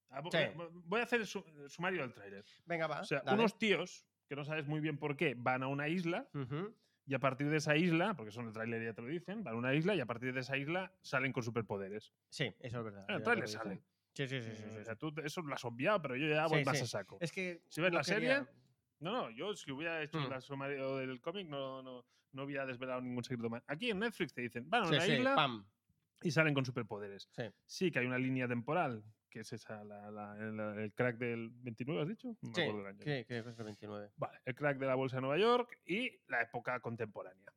Speaker 2: Ah, vo-
Speaker 3: Sí.
Speaker 2: eh, Voy a hacer el su- el sumario del tráiler.
Speaker 3: Venga, va.
Speaker 2: O sea,
Speaker 3: dale.
Speaker 2: unos tíos que no sabes muy bien por qué van a una isla
Speaker 3: Ujú,
Speaker 2: y a partir de esa isla, porque son el tráiler ya te lo dicen, van a una isla y a partir de esa isla salen con superpoderes.
Speaker 3: Sí, eso es verdad.
Speaker 2: En Ah, el
Speaker 3: ya te lo
Speaker 2: tráiler
Speaker 3: dicen.
Speaker 2: salen.
Speaker 3: Sí, sí, sí. sí, sí,
Speaker 2: O
Speaker 3: sí.
Speaker 2: sea, tú te- eso lo has obviado, pero yo ya voy
Speaker 3: Sí,
Speaker 2: más
Speaker 3: sí.
Speaker 2: a saco.
Speaker 3: Es que.
Speaker 2: Si ves
Speaker 3: no
Speaker 2: la serie,
Speaker 3: quería-
Speaker 2: No, no, yo si hubiera hecho
Speaker 3: Mm.
Speaker 2: el sumario del cómic no, no, no hubiera desvelado ningún secreto más. Aquí en Netflix te dicen, van a
Speaker 3: Sí,
Speaker 2: ah, una
Speaker 3: sí,
Speaker 2: isla
Speaker 3: pam.
Speaker 2: y salen con superpoderes.
Speaker 3: Sí.
Speaker 2: que hay una línea temporal, que es esa, la- la- la- el crack del 29, ¿has dicho? No me
Speaker 3: Sí,
Speaker 2: acuerdo del año.
Speaker 3: creo creo que es el 29.
Speaker 2: Vale, el crack de la bolsa de Nueva York y la época contemporánea.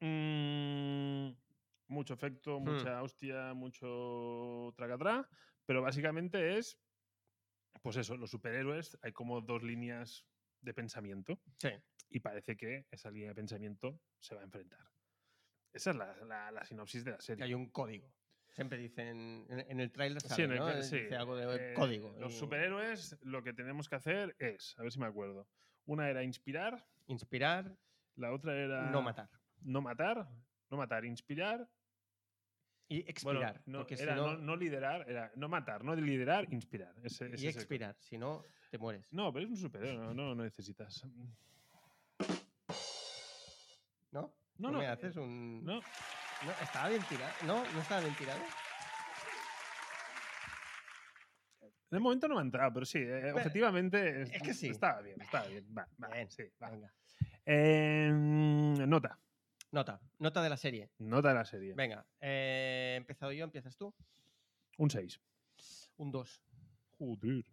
Speaker 2: Mm, mucho
Speaker 3: Hmm.
Speaker 2: efecto, mucha hostia, mucho tracatrá, pero básicamente es, pues eso, los superhéroes, hay como dos líneas de pensamiento
Speaker 3: Sí.
Speaker 2: y parece que esa línea de pensamiento se va a enfrentar. Esa es la, la- la sinopsis de la
Speaker 3: que
Speaker 2: serie.
Speaker 3: hay un código. Siempre dicen, en, en el tráiler
Speaker 2: Sí,
Speaker 3: sale,
Speaker 2: en el
Speaker 3: ¿no?
Speaker 2: tra- sí.
Speaker 3: Dice algo de
Speaker 2: Eh,
Speaker 3: código.
Speaker 2: Los
Speaker 3: Y-
Speaker 2: superhéroes lo que tenemos que hacer es, a ver si me acuerdo. Una era inspirar,
Speaker 3: Inspirar,
Speaker 2: la otra era
Speaker 3: no matar.
Speaker 2: No matar, no matar, inspirar.
Speaker 3: Y
Speaker 2: Bueno,
Speaker 3: expirar.
Speaker 2: no,
Speaker 3: porque si
Speaker 2: era
Speaker 3: no-
Speaker 2: no, no liderar, era no matar, no liderar, inspirar. Ese- ese
Speaker 3: y
Speaker 2: es el-
Speaker 3: expirar, si no, te mueres.
Speaker 2: No, pero es un superhéroe, no, no lo necesitas.
Speaker 3: ¿No?
Speaker 2: No,
Speaker 3: ¿Tú
Speaker 2: no. eh,
Speaker 3: me haces un...
Speaker 2: No,
Speaker 3: No, estaba bien tirado. No, no estaba bien tirado.
Speaker 2: de momento no me ha entrado, pero sí, eh, objetivamente
Speaker 3: es que sí.
Speaker 2: estaba bien, estaba bien. Va, va,
Speaker 3: Bien.
Speaker 2: sí, va.
Speaker 3: Venga.
Speaker 2: Eh, nota,
Speaker 3: Nota. Nota de la serie.
Speaker 2: nota de la serie.
Speaker 3: Venga. eh, he empezado yo, empiezas tú.
Speaker 2: Un 6.
Speaker 3: Un 2.
Speaker 2: Joder.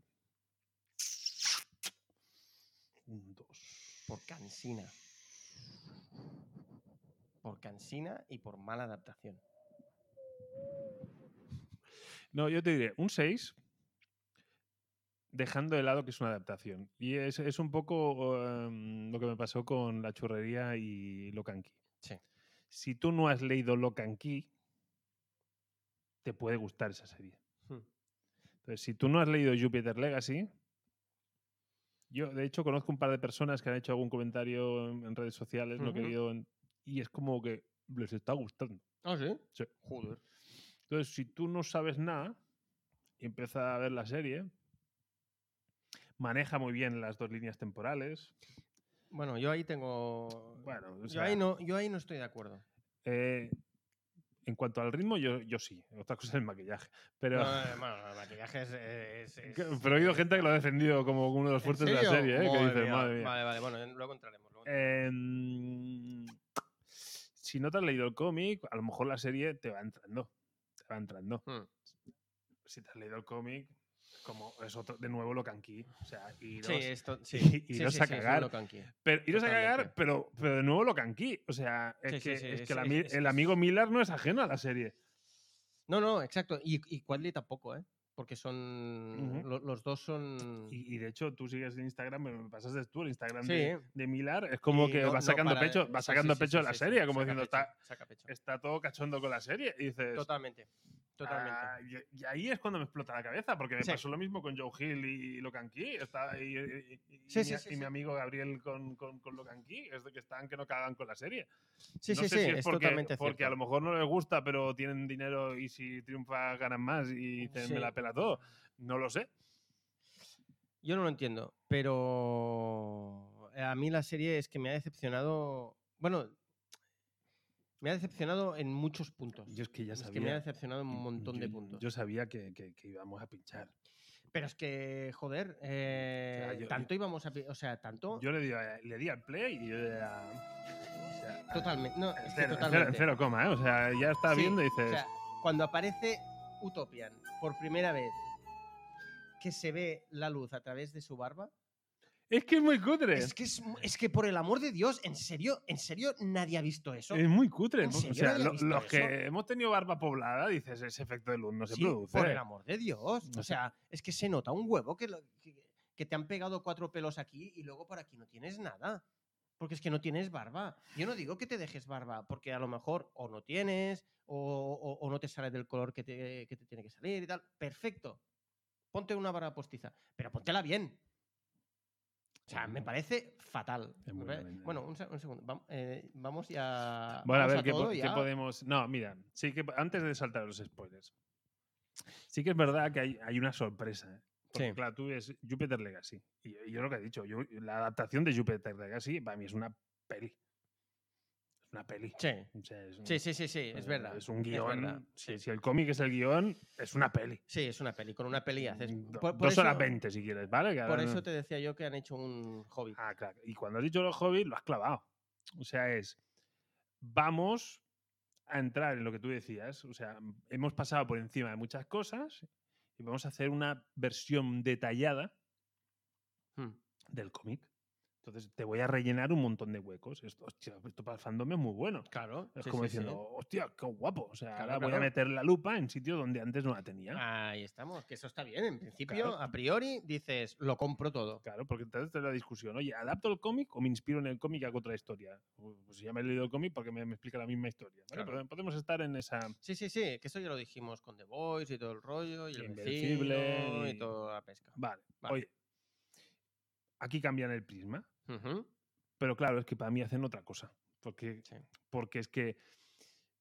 Speaker 2: Un 2.
Speaker 3: Por cansina. Por cansina y por mala adaptación.
Speaker 2: No, yo te diré, un 6, dejando de lado que es una adaptación. Y es, es un poco em, lo que me pasó con La Churrería y Locanqui.
Speaker 3: Sí.
Speaker 2: Si tú no has leído Locanqui, te puede gustar esa serie.
Speaker 3: Hmm.
Speaker 2: Entonces, si tú no has leído Jupiter Legacy, yo de hecho conozco un par de personas que han hecho algún comentario en, en redes sociales, no he
Speaker 3: Ujú.
Speaker 2: querido, en- y es como que les está gustando.
Speaker 3: ¿Ah, sí?
Speaker 2: Sí.
Speaker 3: Joder.
Speaker 2: Entonces, si tú no sabes nada y empiezas a ver la serie, maneja muy bien las dos líneas temporales.
Speaker 3: Bueno, yo ahí tengo...
Speaker 2: Bueno, o
Speaker 3: yo,
Speaker 2: sea,
Speaker 3: ahí no, yo ahí no estoy de acuerdo.
Speaker 2: eh, en cuanto al ritmo, yo, yo sí. Otra cosa es el maquillaje. Pero,
Speaker 3: No, eh, bueno, el maquillaje es... es- es-
Speaker 2: que- pero he oído gente que lo ha defendido como uno de los
Speaker 3: ¿En
Speaker 2: fuertes de la
Speaker 3: serio?
Speaker 2: serie, eh, que dice,
Speaker 3: mía.
Speaker 2: madre mía. Eh,
Speaker 3: Vale, vale, bueno, en- luego entraremos. luego entraremos.
Speaker 2: Em, si no te has leído el cómic, a lo mejor la serie te va entrando. Te va entrando.
Speaker 3: Hmm.
Speaker 2: Si te has leído el cómic, como es otro, de nuevo lo canquí. O sea, y
Speaker 3: Sí, esto, sí.
Speaker 2: y- y
Speaker 3: Sí,
Speaker 2: iros
Speaker 3: sí,
Speaker 2: a
Speaker 3: sí, es un
Speaker 2: cagar.
Speaker 3: locanqui.
Speaker 2: Pero iros a
Speaker 3: Totalmente.
Speaker 2: cagar, pero, pero de nuevo lo canquí. O sea, es
Speaker 3: Sí, sí,
Speaker 2: que,
Speaker 3: sí,
Speaker 2: es
Speaker 3: es-
Speaker 2: que el,
Speaker 3: es-
Speaker 2: ami-
Speaker 3: es-
Speaker 2: el
Speaker 3: es-
Speaker 2: amigo Miller no es ajeno a la serie.
Speaker 3: No, no, exacto. Y, y Quadly tampoco, ¿eh? Porque son.
Speaker 2: Ujú.
Speaker 3: lo- los dos son.
Speaker 2: Y, y de de hecho, tú sigues en Instagram, me me pasaste tú el Instagram
Speaker 3: Sí.
Speaker 2: de, de Millar. Es como
Speaker 3: y
Speaker 2: que
Speaker 3: no-
Speaker 2: va
Speaker 3: no
Speaker 2: sacando
Speaker 3: para de-
Speaker 2: pecho, va
Speaker 3: sí,
Speaker 2: sacando
Speaker 3: sí, sí,
Speaker 2: pecho de
Speaker 3: sí,
Speaker 2: la
Speaker 3: sí,
Speaker 2: serie, como
Speaker 3: saca
Speaker 2: diciendo,
Speaker 3: pecho,
Speaker 2: está,
Speaker 3: saca pecho.
Speaker 2: está todo cachondo con la serie. Y dices,
Speaker 3: Totalmente. Totalmente.
Speaker 2: "Ah", y, y ahí es cuando me explota la cabeza, porque me
Speaker 3: Sí.
Speaker 2: pasó lo mismo con Joe Hill y Locan Key. está- Y, y- y-
Speaker 3: Sí,
Speaker 2: y
Speaker 3: sí,
Speaker 2: mi,
Speaker 3: sí,
Speaker 2: y mi
Speaker 3: sí.
Speaker 2: amigo Gabriel con, con, con Locan Key. Es de que están que no cagan con la serie.
Speaker 3: sí,
Speaker 2: no sé
Speaker 3: sí, sí.
Speaker 2: si es,
Speaker 3: es
Speaker 2: porque,
Speaker 3: totalmente
Speaker 2: porque a
Speaker 3: cierto.
Speaker 2: lo mejor no les gusta, pero tienen dinero y si triunfa ganan más y te-
Speaker 3: Sí.
Speaker 2: me la pela todo. No lo sé.
Speaker 3: Yo no lo entiendo, pero. eh, A mí la serie es que me ha decepcionado. Bueno. Me ha decepcionado en muchos puntos.
Speaker 2: es que ya
Speaker 3: es que me ha decepcionado en un montón de puntos.
Speaker 2: Yo sabía que, que- que íbamos a pinchar.
Speaker 3: Pero es que, joder, eh,
Speaker 2: yo- yo-
Speaker 3: tanto íbamos a. pi- O sea, tanto.
Speaker 2: Yo le di, a- le di al play y yo ya. o sea, a-
Speaker 3: totalmente. No,
Speaker 2: en
Speaker 3: es que
Speaker 2: cero, en cero- en
Speaker 3: totalmente.
Speaker 2: cero coma, ¿eh? O sea, ya está
Speaker 3: Sí,
Speaker 2: viendo y
Speaker 3: O
Speaker 2: dices.
Speaker 3: sea, cuando aparece Utopian por primera vez, que se ve la luz a través de su barba.
Speaker 2: es que es muy cutre.
Speaker 3: Es que, es, mu- es que por el amor de Dios, en serio, en serio, nadie ha visto eso.
Speaker 2: Es muy cutre.
Speaker 3: ¿En
Speaker 2: O
Speaker 3: serio
Speaker 2: sea,
Speaker 3: había
Speaker 2: lo-
Speaker 3: visto
Speaker 2: los
Speaker 3: eso?
Speaker 2: que hemos tenido barba poblada, dices, ese efecto de luz no se
Speaker 3: Sí,
Speaker 2: produce.
Speaker 3: por el amor de Dios.
Speaker 2: No
Speaker 3: O
Speaker 2: sé.
Speaker 3: sea, es que se nota un huevo que, lo- que- que te han pegado cuatro pelos aquí y luego por aquí no tienes nada. Porque es que no tienes barba. Yo no digo que te dejes barba, porque a lo mejor o no tienes o, o- o no te sale del color que te, que te tiene que salir y tal. Perfecto. Ponte una barba postiza, pero póntela bien. O sea, me parece fatal.
Speaker 2: Es
Speaker 3: Me
Speaker 2: muy
Speaker 3: pare-
Speaker 2: lamentable.
Speaker 3: bueno, un, se- un segundo. Vam- eh, vamos ya.
Speaker 2: Bueno, a
Speaker 3: vamos
Speaker 2: ver, ¿qué, po-
Speaker 3: todo
Speaker 2: qué
Speaker 3: ya.
Speaker 2: podemos...? No, mira, sí que antes de saltar los spoilers, sí que es verdad que hay, hay una sorpresa. ¿eh? Porque,
Speaker 3: Sí.
Speaker 2: claro, tú ves Jupiter Legacy. Y yo, yo lo que he dicho, yo- la adaptación de Jupiter Legacy para mí es una peli. Es una peli.
Speaker 3: Sí.
Speaker 2: O sea, es un-
Speaker 3: Sí, sí, sí, sí, es
Speaker 2: eh,
Speaker 3: verdad.
Speaker 2: Es un
Speaker 3: verdad,
Speaker 2: guión.
Speaker 3: sí.
Speaker 2: Si, si el cómic es el guión, es una peli.
Speaker 3: Sí, es una peli. Con una peli haces.
Speaker 2: Mm, Do-
Speaker 3: por- por
Speaker 2: dos horas
Speaker 3: eso-
Speaker 2: veinte, si quieres, ¿vale? Que ahora
Speaker 3: Por
Speaker 2: no-
Speaker 3: eso te decía yo que han hecho un hobby.
Speaker 2: Ah, claro. Y cuando has dicho los hobbies, lo has clavado. O sea, es. Vamos a entrar en lo que tú decías. O sea, m- hemos pasado por encima de muchas cosas y
Speaker 3: Hmm.
Speaker 2: vamos a hacer una versión detallada del cómic. Entonces te voy a rellenar un montón de huecos. Esto, hostia, esto para el fandom es muy bueno.
Speaker 3: Claro.
Speaker 2: Es
Speaker 3: sí,
Speaker 2: como
Speaker 3: sí, sí.
Speaker 2: diciendo, hostia, qué guapo. O sea,
Speaker 3: Claro,
Speaker 2: ahora voy
Speaker 3: claro.
Speaker 2: a meter la lupa en sitio donde antes no la tenía.
Speaker 3: Ahí estamos, que eso está bien. En principio,
Speaker 2: Claro.
Speaker 3: a priori, dices, lo compro todo.
Speaker 2: Claro, porque entonces está la discusión. Oye, ¿adapto el cómic o me inspiro en el cómic y hago otra historia? Pues ya me he leído el cómic porque me, me explica la misma historia. ¿vale?
Speaker 3: Claro.
Speaker 2: Pero podemos estar en esa.
Speaker 3: Sí, sí, sí, que eso ya lo dijimos con The Voice y todo el rollo, y el
Speaker 2: Invencible
Speaker 3: vecino y
Speaker 2: y-
Speaker 3: toda la pesca.
Speaker 2: Vale,
Speaker 3: Vale.
Speaker 2: oye. Aquí cambian el prisma.
Speaker 3: Ujú.
Speaker 2: Pero claro, es que para mí hacen otra cosa. Porque,
Speaker 3: Sí.
Speaker 2: porque es que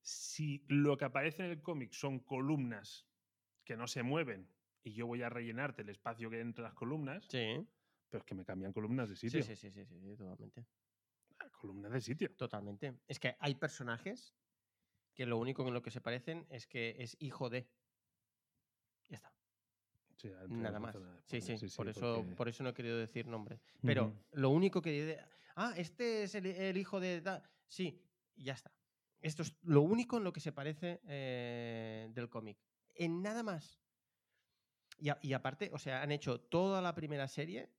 Speaker 2: si lo que aparece en el cómic son columnas que no se mueven y yo voy a rellenarte el espacio que hay entre las columnas,
Speaker 3: Sí.
Speaker 2: pero es que me cambian columnas de
Speaker 3: Sí,
Speaker 2: sitio.
Speaker 3: sí, sí, sí, sí, sí, totalmente.
Speaker 2: Columnas de sitio.
Speaker 3: Totalmente. Es que hay personajes que lo único en lo que se parecen es que es hijo de. Ya está.
Speaker 2: Sí, al final
Speaker 3: Nada
Speaker 2: no
Speaker 3: más.
Speaker 2: hace nada.
Speaker 3: Sí, sí,
Speaker 2: Bueno,
Speaker 3: por, eso,
Speaker 2: porque-
Speaker 3: por eso no he querido decir nombre. Pero
Speaker 2: Ujú.
Speaker 3: lo único que... diré- Ah, este es el, el hijo de... da-". Sí, y ya está. Esto es lo único en lo que se parece eh, del cómic. En nada más. Y, a- y aparte, o sea, han hecho toda la primera serie.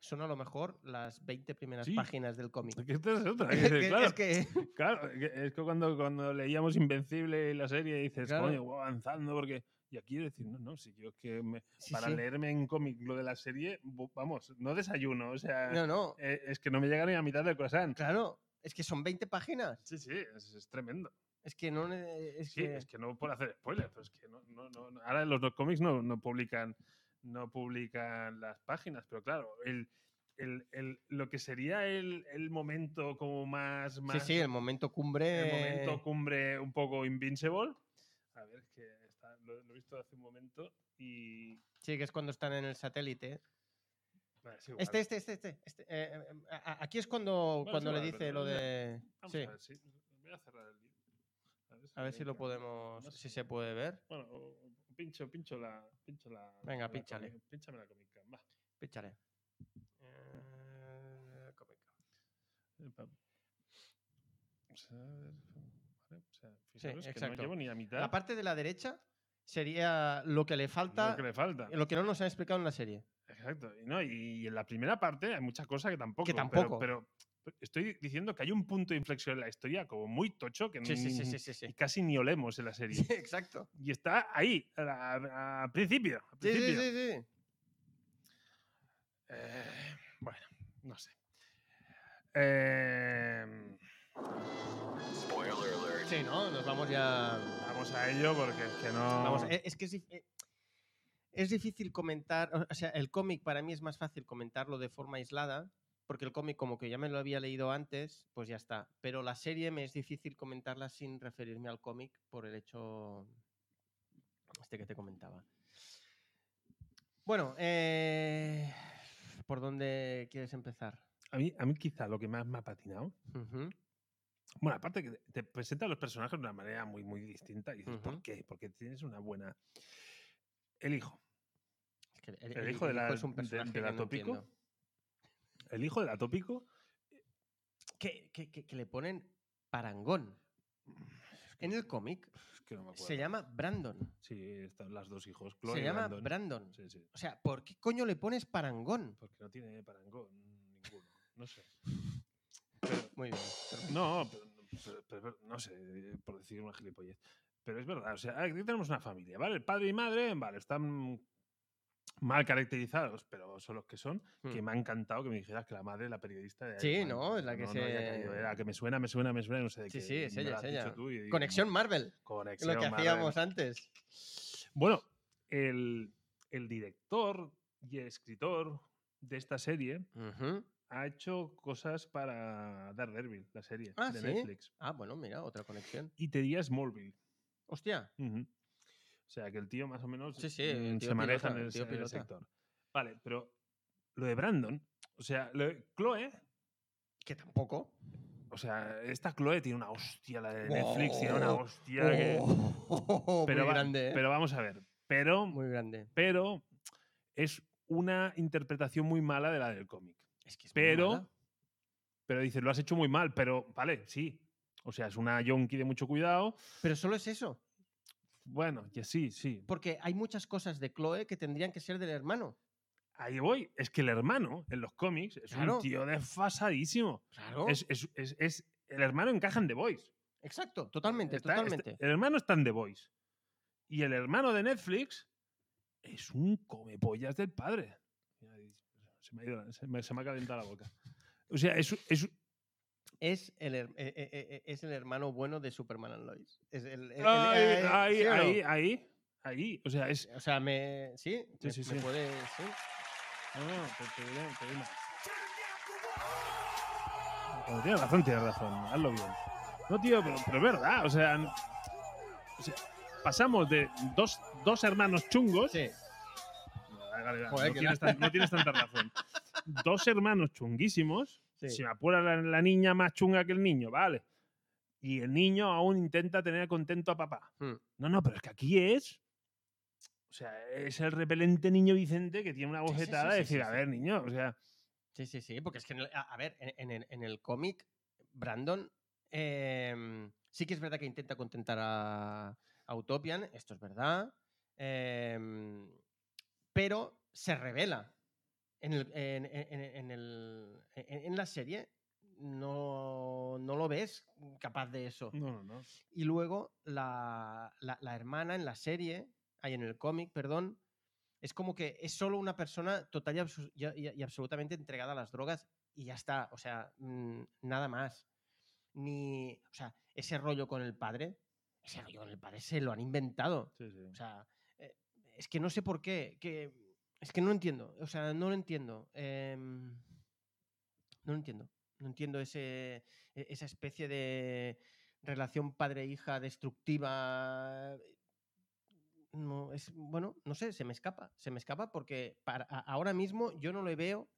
Speaker 3: Son a lo mejor las 20 primeras
Speaker 2: Sí.
Speaker 3: páginas del cómic.
Speaker 2: Es que esta es otra.
Speaker 3: Es
Speaker 2: que
Speaker 3: que-
Speaker 2: dices, claro,
Speaker 3: es que-
Speaker 2: claro, es que- es que cuando, cuando leíamos Invencible y la serie dices,
Speaker 3: Claro.
Speaker 2: coño, voy avanzando porque... Y aquí decir, no, no, si yo es que me-
Speaker 3: Sí,
Speaker 2: para
Speaker 3: sí.
Speaker 2: leerme en cómic lo de la serie, bu- vamos, no desayuno, o sea,
Speaker 3: No, no.
Speaker 2: eh, es que no me llega ni a mitad del croissant.
Speaker 3: Claro, es que son 20 páginas.
Speaker 2: Sí, sí, es, es tremendo.
Speaker 3: Es que no... ne- Es
Speaker 2: Sí,
Speaker 3: que...
Speaker 2: es que no por hacer spoilers, pero es que no, no, no- no- ahora los, dos cómics no, no publican no publican las páginas, pero claro, el, el- el- lo que sería el, el momento como más,
Speaker 3: Sí,
Speaker 2: más
Speaker 3: sí, el momento cumbre...
Speaker 2: el momento cumbre un poco invincible. Eh, A ver, es que está- lo, lo he visto hace un momento y...
Speaker 3: Sí, que es cuando están en el satélite.
Speaker 2: Vale, es igual.
Speaker 3: Este, este, este, este. este, eh, eh, a- a- aquí es cuando,
Speaker 2: Bueno,
Speaker 3: cuando
Speaker 2: sí,
Speaker 3: le
Speaker 2: vale,
Speaker 3: dice
Speaker 2: pero
Speaker 3: lo
Speaker 2: ya-
Speaker 3: de.
Speaker 2: Vamos
Speaker 3: Sí,
Speaker 2: a ver, sí, voy a cerrar el vídeo.
Speaker 3: a ver si lo
Speaker 2: entra.
Speaker 3: podemos.
Speaker 2: No sé
Speaker 3: Si
Speaker 2: si-
Speaker 3: se puede ver.
Speaker 2: Bueno, o- o pincho, pincho la. Pincho la
Speaker 3: Venga,
Speaker 2: la
Speaker 3: pínchale.
Speaker 2: comi- Pínchame la Comic Con, va.
Speaker 3: Píchale. Eh, Comic Con.
Speaker 2: Eh, pa- o sea, a ver, vale, o sea,
Speaker 3: Sí,
Speaker 2: fijaros que no
Speaker 3: exacto.
Speaker 2: llevo ni la mitad.
Speaker 3: La parte de la derecha sería lo que le
Speaker 2: de lo
Speaker 3: falta, eh,
Speaker 2: que le falta.
Speaker 3: lo que no nos han explicado en la serie.
Speaker 2: Exacto. Y, no, y en la primera parte hay muchas cosas que tampoco. pero-
Speaker 3: tampoco.
Speaker 2: Pero, estoy diciendo que hay un punto de inflexión en la historia como muy tocho que
Speaker 3: Sí, sí, sí,
Speaker 2: ni-
Speaker 3: sí, sí. sí.
Speaker 2: y casi ni olemos en la serie.
Speaker 3: Sí, Exacto.
Speaker 2: y está ahí, a la- a- al principio. al
Speaker 3: Sí, sí,
Speaker 2: principio.
Speaker 3: sí, sí.
Speaker 2: Eh, bueno, no sé. Eh,
Speaker 3: Sí, no, nos vamos ya.
Speaker 2: vamos a ello porque es que no.
Speaker 3: Vamos, e- es que es, dif- e- es difícil comentar, o- o sea, el cómic para mí es más fácil comentarlo de forma aislada, porque el cómic como que ya me lo había leído antes, pues ya está. Pero la serie me es difícil comentarla sin referirme al cómic por el hecho este que te comentaba. Bueno, eh, ¿por dónde quieres empezar?
Speaker 2: a, mí, a mí quizá lo que más me ha patinado.
Speaker 3: Ujú,
Speaker 2: Bueno, aparte que te presentan los personajes de una manera muy, muy distinta. Y dices,
Speaker 3: Ujú.
Speaker 2: ¿por qué? Porque tienes una buena. El hijo.
Speaker 3: es que
Speaker 2: El hijo de la-
Speaker 3: es un
Speaker 2: de- del
Speaker 3: personaje que no
Speaker 2: atópico.
Speaker 3: entiendo.
Speaker 2: El hijo del atópico.
Speaker 3: Que- que- que- que le ponen parangón. En el cómic
Speaker 2: Es que no me acuerdo.
Speaker 3: Se llama Brandon.
Speaker 2: Sí, están las dos hijos. Chloe
Speaker 3: se
Speaker 2: y
Speaker 3: llama
Speaker 2: Brandon.
Speaker 3: Brandon.
Speaker 2: Sí, sí.
Speaker 3: O sea, ¿por qué coño le pones parangón?
Speaker 2: Porque no tiene parangón ninguno. No sé. Pero-
Speaker 3: Muy bien.
Speaker 2: No, pero, pero- pero- pero no sé, eh, por decir una gilipollez. Pero es verdad, o sea, aquí tenemos una familia, ¿vale? El padre y madre, vale, están mal caracterizados, pero son los que son. Que
Speaker 3: Hmm.
Speaker 2: me ha encantado que me dijeras que la madre es la periodista de...
Speaker 3: Sí,
Speaker 2: Iron Man,
Speaker 3: no, es la
Speaker 2: no-
Speaker 3: que
Speaker 2: no había
Speaker 3: se-
Speaker 2: caído, era que me suena, me suena, me suena, no sé de
Speaker 3: Sí,
Speaker 2: qué,
Speaker 3: sí, es
Speaker 2: me lo
Speaker 3: ella,
Speaker 2: has
Speaker 3: es
Speaker 2: dicho
Speaker 3: ella.
Speaker 2: tú y digo,
Speaker 3: Conexión Marvel.
Speaker 2: Conexión.
Speaker 3: Lo que
Speaker 2: madre
Speaker 3: hacíamos
Speaker 2: mía.
Speaker 3: antes.
Speaker 2: Bueno, el, el director y el escritor de esta serie
Speaker 3: Ujú.
Speaker 2: ha hecho cosas para Daredevil, la serie
Speaker 3: Ah,
Speaker 2: de
Speaker 3: ¿sí?
Speaker 2: Netflix.
Speaker 3: Ah, bueno, mira, otra conexión.
Speaker 2: Y te diría Smallville.
Speaker 3: Hostia.
Speaker 2: Ujú. O sea, que el tío más o menos
Speaker 3: Sí, sí, el
Speaker 2: mm,
Speaker 3: tío
Speaker 2: se maneja
Speaker 3: pilota,
Speaker 2: en
Speaker 3: el
Speaker 2: el,
Speaker 3: tío
Speaker 2: se- en el
Speaker 3: pilota.
Speaker 2: sector. Vale, pero lo de Brandon, o sea, lo de Chloe,
Speaker 3: Que tampoco.
Speaker 2: o sea, esta Chloe tiene una hostia, la de Netflix tiene una
Speaker 3: Wow.
Speaker 2: hostia que-
Speaker 3: Oh,
Speaker 2: pero,
Speaker 3: muy
Speaker 2: va-
Speaker 3: grande, ¿eh?
Speaker 2: pero vamos a ver, pero,
Speaker 3: Muy grande.
Speaker 2: pero es una interpretación muy mala de la del cómic.
Speaker 3: Es que es muy
Speaker 2: Pero,
Speaker 3: mala.
Speaker 2: pero dices, lo has hecho muy mal, pero vale, sí. O sea, es una yonki de mucho cuidado.
Speaker 3: Pero solo es eso.
Speaker 2: Bueno, que sí, sí.
Speaker 3: Porque hay muchas cosas de Chloe que tendrían que ser del hermano.
Speaker 2: Ahí voy. Es que el hermano en los cómics es
Speaker 3: Claro.
Speaker 2: un tío desfasadísimo.
Speaker 3: Claro.
Speaker 2: Es, es- es- es- el hermano encaja en The Voice.
Speaker 3: Exacto, totalmente,
Speaker 2: Está- está-
Speaker 3: totalmente.
Speaker 2: el hermano está en The Voice. Y el hermano de Netflix es un comepollas del padre. Mira, Se me ha, ido la- se me- se me ha calentado la boca. O sea, es, es-
Speaker 3: Es el, her- eh, eh, eh, eh, es el hermano bueno de Superman and Lois. Es el- el- el-
Speaker 2: Ahí,
Speaker 3: eh,
Speaker 2: ahí,
Speaker 3: ¿sí o no?
Speaker 2: ahí, ahí, ahí. O sea, es.
Speaker 3: O sea, me. Sí,
Speaker 2: Sí,
Speaker 3: me-
Speaker 2: sí,
Speaker 3: me
Speaker 2: sí.
Speaker 3: puede- sí.
Speaker 2: No, no,
Speaker 3: Ah,
Speaker 2: te, te diré, te diré más. Pero tienes razón, tienes razón. Hazlo bien. No, tío, pero, pero es verdad. O sea, n- o sea, pasamos de dos, dos hermanos chungos.
Speaker 3: Sí,
Speaker 2: Vale, vale, vale,
Speaker 3: Joder,
Speaker 2: no,
Speaker 3: que
Speaker 2: tienes tan- no tienes tanta razón. Dos hermanos chunguísimos.
Speaker 3: sí.
Speaker 2: Se me apura la, la niña más chunga que el niño, vale. Y el niño aún intenta tener contento a papá.
Speaker 3: Hmm.
Speaker 2: No, no, pero es que aquí es. O sea, es el repelente niño Vicente que tiene una
Speaker 3: Sí, sí, sí,
Speaker 2: bofetada
Speaker 3: sí,
Speaker 2: de
Speaker 3: sí,
Speaker 2: decir, a
Speaker 3: sí.
Speaker 2: ver, niño, o sea,
Speaker 3: Sí, sí, sí, porque es que, en el- a, a ver, en, en el, en el cómic, Brandon em, sí que es verdad que intenta contentar a, a Utopian, esto es verdad, em, pero se revela. En, el- en- en- en- en el- en- en la serie no, no lo ves capaz de eso.
Speaker 2: no, no, no.
Speaker 3: Y luego la, la- la hermana en la serie, ahí en el cómic, perdón, es como que es solo una persona total y, absu- y a- y a- y absolutamente entregada a las drogas y ya está, o sea, mm, nada más. Ni, o sea, ese rollo con el padre, ese rollo con el padre se lo han inventado.
Speaker 2: Sí, sí.
Speaker 3: O sea, eh, es que no sé por qué, que es que no entiendo, o sea, no lo entiendo. em, no lo entiendo. No entiendo ese, e- esa especie de relación padre-hija destructiva. eh, No, es, bueno, no sé, se me escapa. Se me escapa porque para, a- ahora mismo yo no le veo.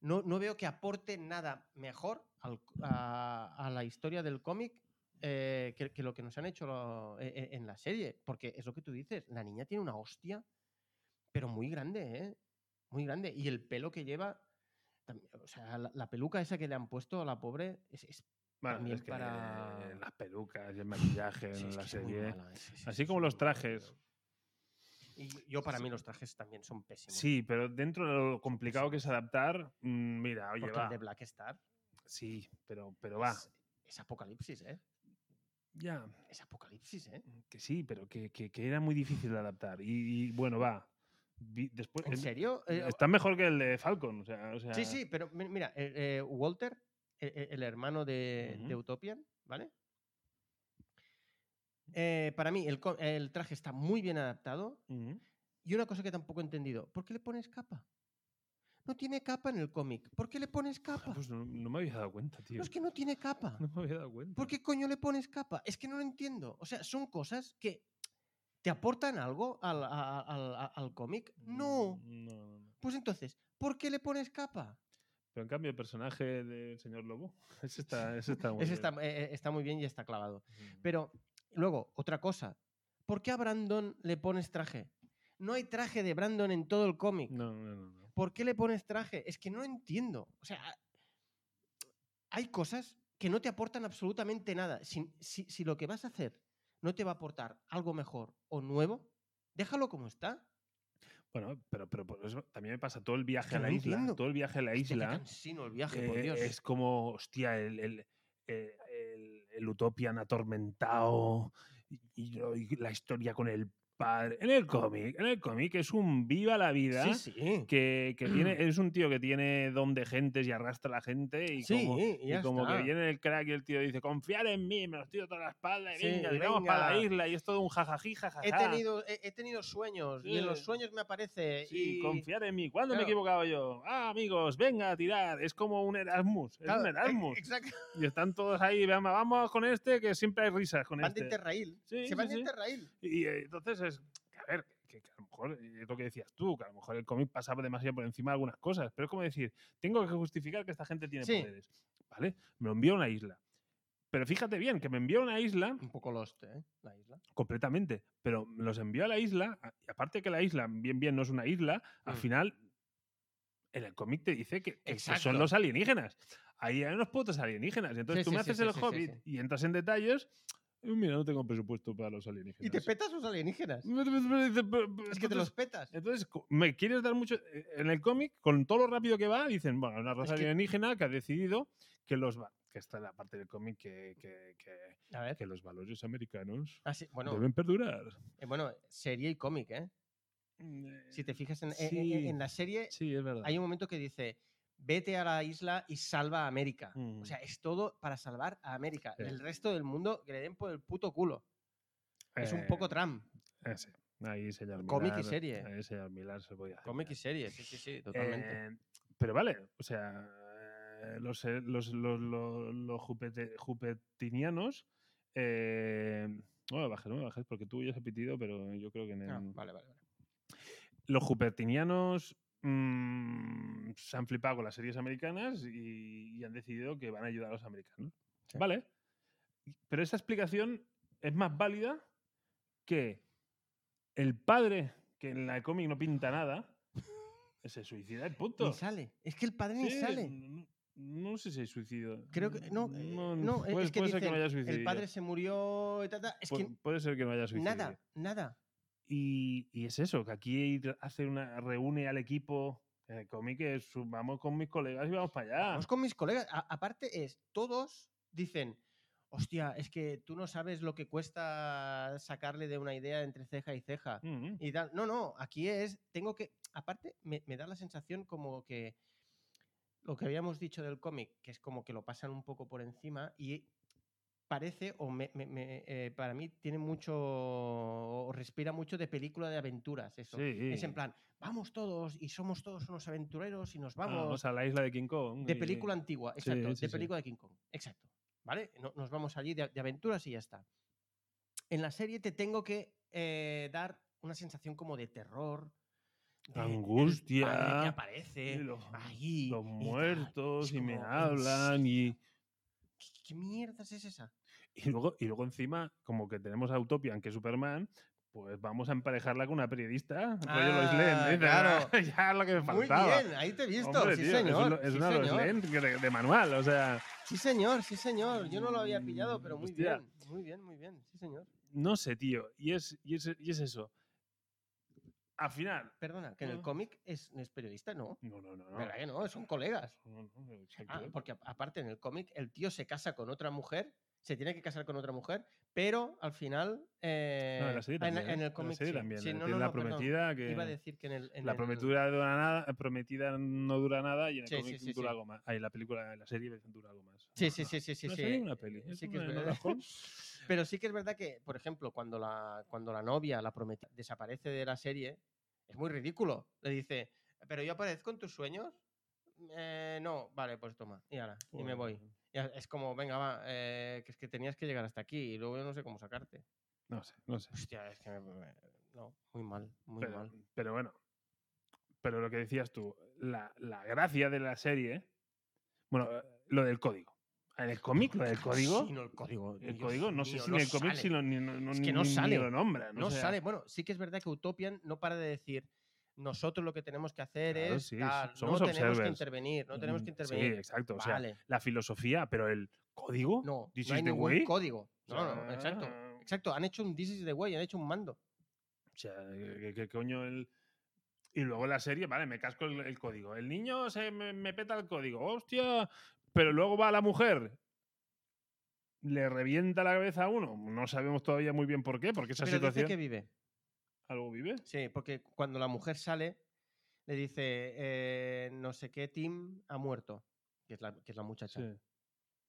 Speaker 3: No, no veo que aporte nada mejor al- a, a la historia del cómic eh, que, que lo que nos han hecho lo- e- e- en la serie. Porque es lo que tú dices, la niña tiene una hostia, pero muy grande, ¿eh? Muy grande. Y el pelo que lleva, tam- o sea, la, la peluca esa que le han puesto a la pobre es, es-
Speaker 2: Bueno,
Speaker 3: También
Speaker 2: es que
Speaker 3: para-
Speaker 2: las pelucas y el maquillaje
Speaker 3: sí,
Speaker 2: en
Speaker 3: es
Speaker 2: la
Speaker 3: que es muy
Speaker 2: serie.
Speaker 3: mala, ¿eh? es- es-
Speaker 2: Así
Speaker 3: es
Speaker 2: como
Speaker 3: muy
Speaker 2: los
Speaker 3: mala,
Speaker 2: trajes.
Speaker 3: muy mala. Y yo para mí los trajes también son pésimos.
Speaker 2: Sí, pero dentro de lo complicado que es adaptar, mm, mira, oye,
Speaker 3: porque
Speaker 2: va.
Speaker 3: el de Black Star
Speaker 2: Sí, pero, pero va.
Speaker 3: es, es apocalipsis, ¿eh?
Speaker 2: Ya,
Speaker 3: Es apocalipsis, ¿eh?
Speaker 2: que sí, pero que, que- que era muy difícil de adaptar. Y, y, bueno, va. Vi- Después,
Speaker 3: ¿En
Speaker 2: el- mm,
Speaker 3: serio? Eh,
Speaker 2: Está mejor que el de Falcon. O sea, o sea,
Speaker 3: Sí, sí, pero mi- mira, eh, eh, Walter, eh, eh, el hermano de, de
Speaker 2: Ujú. Mm.
Speaker 3: Utopian, ¿vale? Eh, para mí, el, co- el traje está muy bien adaptado.
Speaker 2: ujú.
Speaker 3: Y una cosa que tampoco he entendido, ¿por qué le pones capa? No tiene capa en el cómic. ¿Por qué le pones capa?
Speaker 2: Pues no, no me había dado cuenta, tío.
Speaker 3: No es que no tiene capa.
Speaker 2: No me había dado cuenta.
Speaker 3: ¿Por qué coño le pones capa? Es que no lo entiendo. O sea, son cosas que te aportan algo al, a- al- a- al cómic. No.
Speaker 2: Mm, No, no, no.
Speaker 3: Pues entonces, ¿por qué le pones capa?
Speaker 2: Pero en cambio, el personaje del señor Lobo. Ese está, ese está muy
Speaker 3: Ese
Speaker 2: bien.
Speaker 3: está, eh, eh, está muy bien y está clavado.
Speaker 2: Mm.
Speaker 3: Pero luego, otra cosa. ¿Por qué a Brandon le pones traje? No hay traje de Brandon en todo el cómic.
Speaker 2: No, no, no. no.
Speaker 3: ¿Por qué le pones traje? Es que no entiendo. O sea, hay cosas que no te aportan absolutamente nada. Si, si- si lo que vas a hacer no te va a aportar algo mejor o nuevo, déjalo como está.
Speaker 2: Bueno, pero, pero por eso también me pasa todo el viaje
Speaker 3: que
Speaker 2: a la
Speaker 3: no
Speaker 2: isla.
Speaker 3: entiendo.
Speaker 2: Todo el viaje a la
Speaker 3: Hostia, qué
Speaker 2: isla.
Speaker 3: cansino el viaje, por
Speaker 2: eh,
Speaker 3: Dios.
Speaker 2: Es como, hostia, el, el, eh, el- el Utopian atormentado y, y lo- y la historia con el padre. En el cómic, en el cómic es un viva la vida.
Speaker 3: sí, sí.
Speaker 2: Que, que tiene, es un tío que tiene don de gentes y arrastra a la gente y
Speaker 3: sí,
Speaker 2: como,
Speaker 3: y
Speaker 2: y
Speaker 3: ya
Speaker 2: como que
Speaker 3: está.
Speaker 2: viene el crack y el tío dice, confiar en mí, me los tiro toda la espalda y
Speaker 3: Sí,
Speaker 2: venga,
Speaker 3: y
Speaker 2: y vamos para la
Speaker 3: venga.
Speaker 2: isla y es todo un jajají, jajaja.
Speaker 3: He tenido, he, he tenido sueños y en los
Speaker 2: Sí.
Speaker 3: sueños me aparece.
Speaker 2: Sí,
Speaker 3: y
Speaker 2: confiar en mí. ¿Cuándo me he
Speaker 3: Claro.
Speaker 2: equivocado yo? Ah, amigos, venga a tirar. Es como un Erasmus. Es
Speaker 3: Claro,
Speaker 2: un
Speaker 3: e-
Speaker 2: Erasmus.
Speaker 3: Exacto.
Speaker 2: Y están todos ahí, vamos, vamos con este, que siempre hay risas con
Speaker 3: Van de
Speaker 2: este.
Speaker 3: Interrail.
Speaker 2: Sí,
Speaker 3: se
Speaker 2: sí,
Speaker 3: van de
Speaker 2: sí.
Speaker 3: Interrail.
Speaker 2: Y eh, entonces es, que, a ver, que, que a lo mejor eh, es lo que decías tú, que a lo mejor el cómic pasaba demasiado por encima de algunas cosas, pero es como decir, tengo que justificar que esta gente tiene
Speaker 3: Sí.
Speaker 2: poderes, ¿vale? Me lo envió a una isla. Pero fíjate bien, que me envió a una isla
Speaker 3: Un poco Lost, ¿eh? La isla.
Speaker 2: completamente, pero me los envió a la isla, a- y aparte que la isla, bien, bien, no es una isla, al
Speaker 3: Mm.
Speaker 2: final en el cómic te dice que, que- que
Speaker 3: Exacto.
Speaker 2: son los alienígenas. Ahí hay unos putos alienígenas. y Entonces
Speaker 3: Sí,
Speaker 2: tú
Speaker 3: sí,
Speaker 2: me
Speaker 3: sí,
Speaker 2: haces
Speaker 3: sí,
Speaker 2: el
Speaker 3: sí, sí,
Speaker 2: hobbit
Speaker 3: sí.
Speaker 2: y entras en detalles. Eh, Mira, no tengo presupuesto para los
Speaker 3: ¿Y te
Speaker 2: alienígenas.
Speaker 3: petas los alienígenas?
Speaker 2: Mm,
Speaker 3: Es
Speaker 2: Es
Speaker 3: que te los petas.
Speaker 2: Entonces, co- ¿me quieres dar mucho? eh, En el cómic, con todo lo rápido que va, dicen, bueno, una raza
Speaker 3: que-
Speaker 2: alienígena que ha decidido que los va. Que está la parte del cómic que, que, que-
Speaker 3: A ver.
Speaker 2: que los valores americanos
Speaker 3: Ah, sí, Bueno,
Speaker 2: deben perdurar.
Speaker 3: eh, bueno, serie y cómic, ¿eh? Si te fijas en, en- en-
Speaker 2: Sí.
Speaker 3: en la serie,
Speaker 2: Sí, es verdad.
Speaker 3: hay un momento que dice, vete a la isla y salva a América.
Speaker 2: Mm.
Speaker 3: O sea, es todo para salvar a América.
Speaker 2: Sí.
Speaker 3: El resto del mundo que le den por el puto culo. Es un
Speaker 2: Eh,
Speaker 3: poco Trump.
Speaker 2: eh, sí. Ahí señor
Speaker 3: Cómic y
Speaker 2: Millar-
Speaker 3: serie.
Speaker 2: Ahí señor Millar se podía hacer
Speaker 3: Cómic y
Speaker 2: mirar.
Speaker 3: serie, sí, sí, sí, totalmente.
Speaker 2: Eh, pero vale, o sea, eh, los, eh, los, los, los, los jupete- jupetinianos. Eh, no me bajes, no me bajes, porque tú ya has pitido, pero yo creo que en
Speaker 3: Ah,
Speaker 2: el-
Speaker 3: vale, vale. vale.
Speaker 2: los jupetinianos mm, se han flipado con las series americanas y, y han decidido que van a ayudar a los americanos.
Speaker 3: Sí.
Speaker 2: Vale. Pero esta explicación es más válida que el padre, que en la cómic no pinta nada, se suicida el punto.
Speaker 3: Ni sale. Es que el padre ni
Speaker 2: Sí, mm.
Speaker 3: sale.
Speaker 2: n- No, sé si hay suicidio.
Speaker 3: Creo que no. eh, No, eh,
Speaker 2: puede,
Speaker 3: es que,
Speaker 2: puede ser que
Speaker 3: dicen,
Speaker 2: no haya suicidio. Pues,
Speaker 3: el padre se murió y tal, tal". Es
Speaker 2: Pu-
Speaker 3: que
Speaker 2: puede ser que no haya suicidio.
Speaker 3: nada, nada.
Speaker 2: Y, y es eso, que aquí hace una, reúne al equipo. eh, cómic es, su- vamos con mis colegas y vamos para allá.
Speaker 3: Vamos con mis colegas. A- aparte es, todos dicen, hostia, es que tú no sabes lo que cuesta sacarle de una idea entre ceja y ceja.
Speaker 2: Mm,
Speaker 3: Y tal. No, no, aquí es, tengo que, aparte me, me da la sensación como que lo que habíamos dicho del cómic, que es como que lo pasan un poco por encima y parece, o me- me- me, eh, para mí tiene mucho, o respira mucho de película de aventuras eso.
Speaker 2: sí.
Speaker 3: Es en plan, vamos todos y somos todos unos aventureros y nos
Speaker 2: Ah,
Speaker 3: vamos.
Speaker 2: a la isla de King Kong.
Speaker 3: De
Speaker 2: y-
Speaker 3: película antigua, exacto.
Speaker 2: sí, sí.
Speaker 3: de película de King Kong, exacto. ¿Vale? No- nos vamos allí de, de aventuras y ya está. En la serie te tengo que eh, dar una sensación como de terror. de el
Speaker 2: Angustia,
Speaker 3: padre que
Speaker 2: y
Speaker 3: aparece.
Speaker 2: los,
Speaker 3: ahí.
Speaker 2: los
Speaker 3: y tal.
Speaker 2: muertos
Speaker 3: Es
Speaker 2: y me
Speaker 3: como,
Speaker 2: hablan y,
Speaker 3: ¿Qué, qué mierdas es esa?
Speaker 2: y luego y luego encima como que tenemos a Utopian que es Superman pues vamos a emparejarla con una periodista rollo Lois Lane,
Speaker 3: Ah,
Speaker 2: dice,
Speaker 3: claro.
Speaker 2: "Ah, ya es lo que me faltaba
Speaker 3: Muy bien, ahí te he visto.
Speaker 2: Hombre,
Speaker 3: sí,
Speaker 2: tío, es
Speaker 3: señor.
Speaker 2: lo- es,
Speaker 3: sí,
Speaker 2: una Lois
Speaker 3: señor.
Speaker 2: Lane que de, de manual o sea
Speaker 3: sí, señor. Sí, señor. Yo no lo había pillado, pero muy
Speaker 2: Hostia.
Speaker 3: bien. Muy bien, muy bien. Sí, señor.
Speaker 2: no sé tío y es y es, y es eso al final
Speaker 3: Perdona, que en el
Speaker 2: Ah.
Speaker 3: cómic es, es periodista, no.
Speaker 2: no no no no,
Speaker 3: ¿Verdad que no? Son colegas.
Speaker 2: No, no, exacto.
Speaker 3: Ah, porque a- aparte en el cómic el tío se casa con otra mujer, se tiene que casar con otra mujer, pero al final... eh,
Speaker 2: No, en la serie
Speaker 3: ah, en,
Speaker 2: también. ¿eh?
Speaker 3: en el
Speaker 2: En la
Speaker 3: cómic...
Speaker 2: serie
Speaker 3: sí.
Speaker 2: también.
Speaker 3: Sí,
Speaker 2: eh,
Speaker 3: no,
Speaker 2: tiene
Speaker 3: no,
Speaker 2: la
Speaker 3: no, perdón.
Speaker 2: prometida que.
Speaker 3: Iba a decir que en el... en
Speaker 2: la
Speaker 3: el-
Speaker 2: prometida, dura nada- prometida no dura nada y en el
Speaker 3: Sí, sí,
Speaker 2: cómic
Speaker 3: sí,
Speaker 2: dura
Speaker 3: sí.
Speaker 2: algo más. Ahí la película, la serie dura algo más.
Speaker 3: Sí, sí, sí, sí, sí.
Speaker 2: No
Speaker 3: sí.
Speaker 2: es ahí una peli.
Speaker 3: eh,
Speaker 2: es
Speaker 3: sí que es
Speaker 2: una
Speaker 3: verdad.
Speaker 2: Enola Holmes.
Speaker 3: Pero sí que es verdad que, por ejemplo, cuando la, cuando la novia, la prometida, desaparece de la serie, es muy ridículo. Le dice, pero yo aparezco en tus sueños. "Eh, no, vale, pues toma, y ahora, y me
Speaker 2: Joder,
Speaker 3: voy. Y a- es como, venga, va, eh, que es que tenías que llegar hasta aquí y luego yo no sé cómo sacarte.
Speaker 2: No sé, no sé.
Speaker 3: Hostia, es que me- me- No, muy mal, muy
Speaker 2: Pero,
Speaker 3: mal.
Speaker 2: pero bueno. Pero lo que decías tú, la, la gracia de la serie. Bueno, eh, lo del código. En el cómic, lo del código.
Speaker 3: Sí, no, el código.
Speaker 2: el
Speaker 3: Dios
Speaker 2: código, no sé
Speaker 3: mío,
Speaker 2: si en el cómic
Speaker 3: sale,
Speaker 2: si lo, ni, no, no-
Speaker 3: Es que
Speaker 2: ni-
Speaker 3: no
Speaker 2: ni- ni
Speaker 3: sale.
Speaker 2: lo nombran.
Speaker 3: No
Speaker 2: o sea,
Speaker 3: sale. Bueno, sí que es verdad que Utopian no para de decir. Nosotros lo que tenemos que hacer
Speaker 2: Claro,
Speaker 3: es.
Speaker 2: sí,
Speaker 3: tal,
Speaker 2: somos
Speaker 3: no tenemos que
Speaker 2: observers".
Speaker 3: intervenir, no tenemos que
Speaker 2: mm,
Speaker 3: intervenir.
Speaker 2: Sí, exacto. O sea,
Speaker 3: vale.
Speaker 2: la filosofía, pero el código.
Speaker 3: no,
Speaker 2: this
Speaker 3: no hay
Speaker 2: is the
Speaker 3: ningún
Speaker 2: way.
Speaker 3: código.
Speaker 2: O
Speaker 3: No, no,
Speaker 2: sea,
Speaker 3: exacto. Exacto, han hecho un This is the way, han hecho un mando.
Speaker 2: O sea, ¿qué, qué coño el...? Y luego la serie, vale, me casco el, el código. El niño se me, me peta el código, hostia. Pero luego va la mujer, le revienta la cabeza a uno. No sabemos todavía muy bien por qué, porque esa
Speaker 3: Pero dice
Speaker 2: situación...
Speaker 3: que vive.
Speaker 2: ¿Algo vive?
Speaker 3: Sí, porque cuando la mujer sale, le dice, eh, no sé qué Tim ha muerto, que es la, que es la muchacha.
Speaker 2: Sí.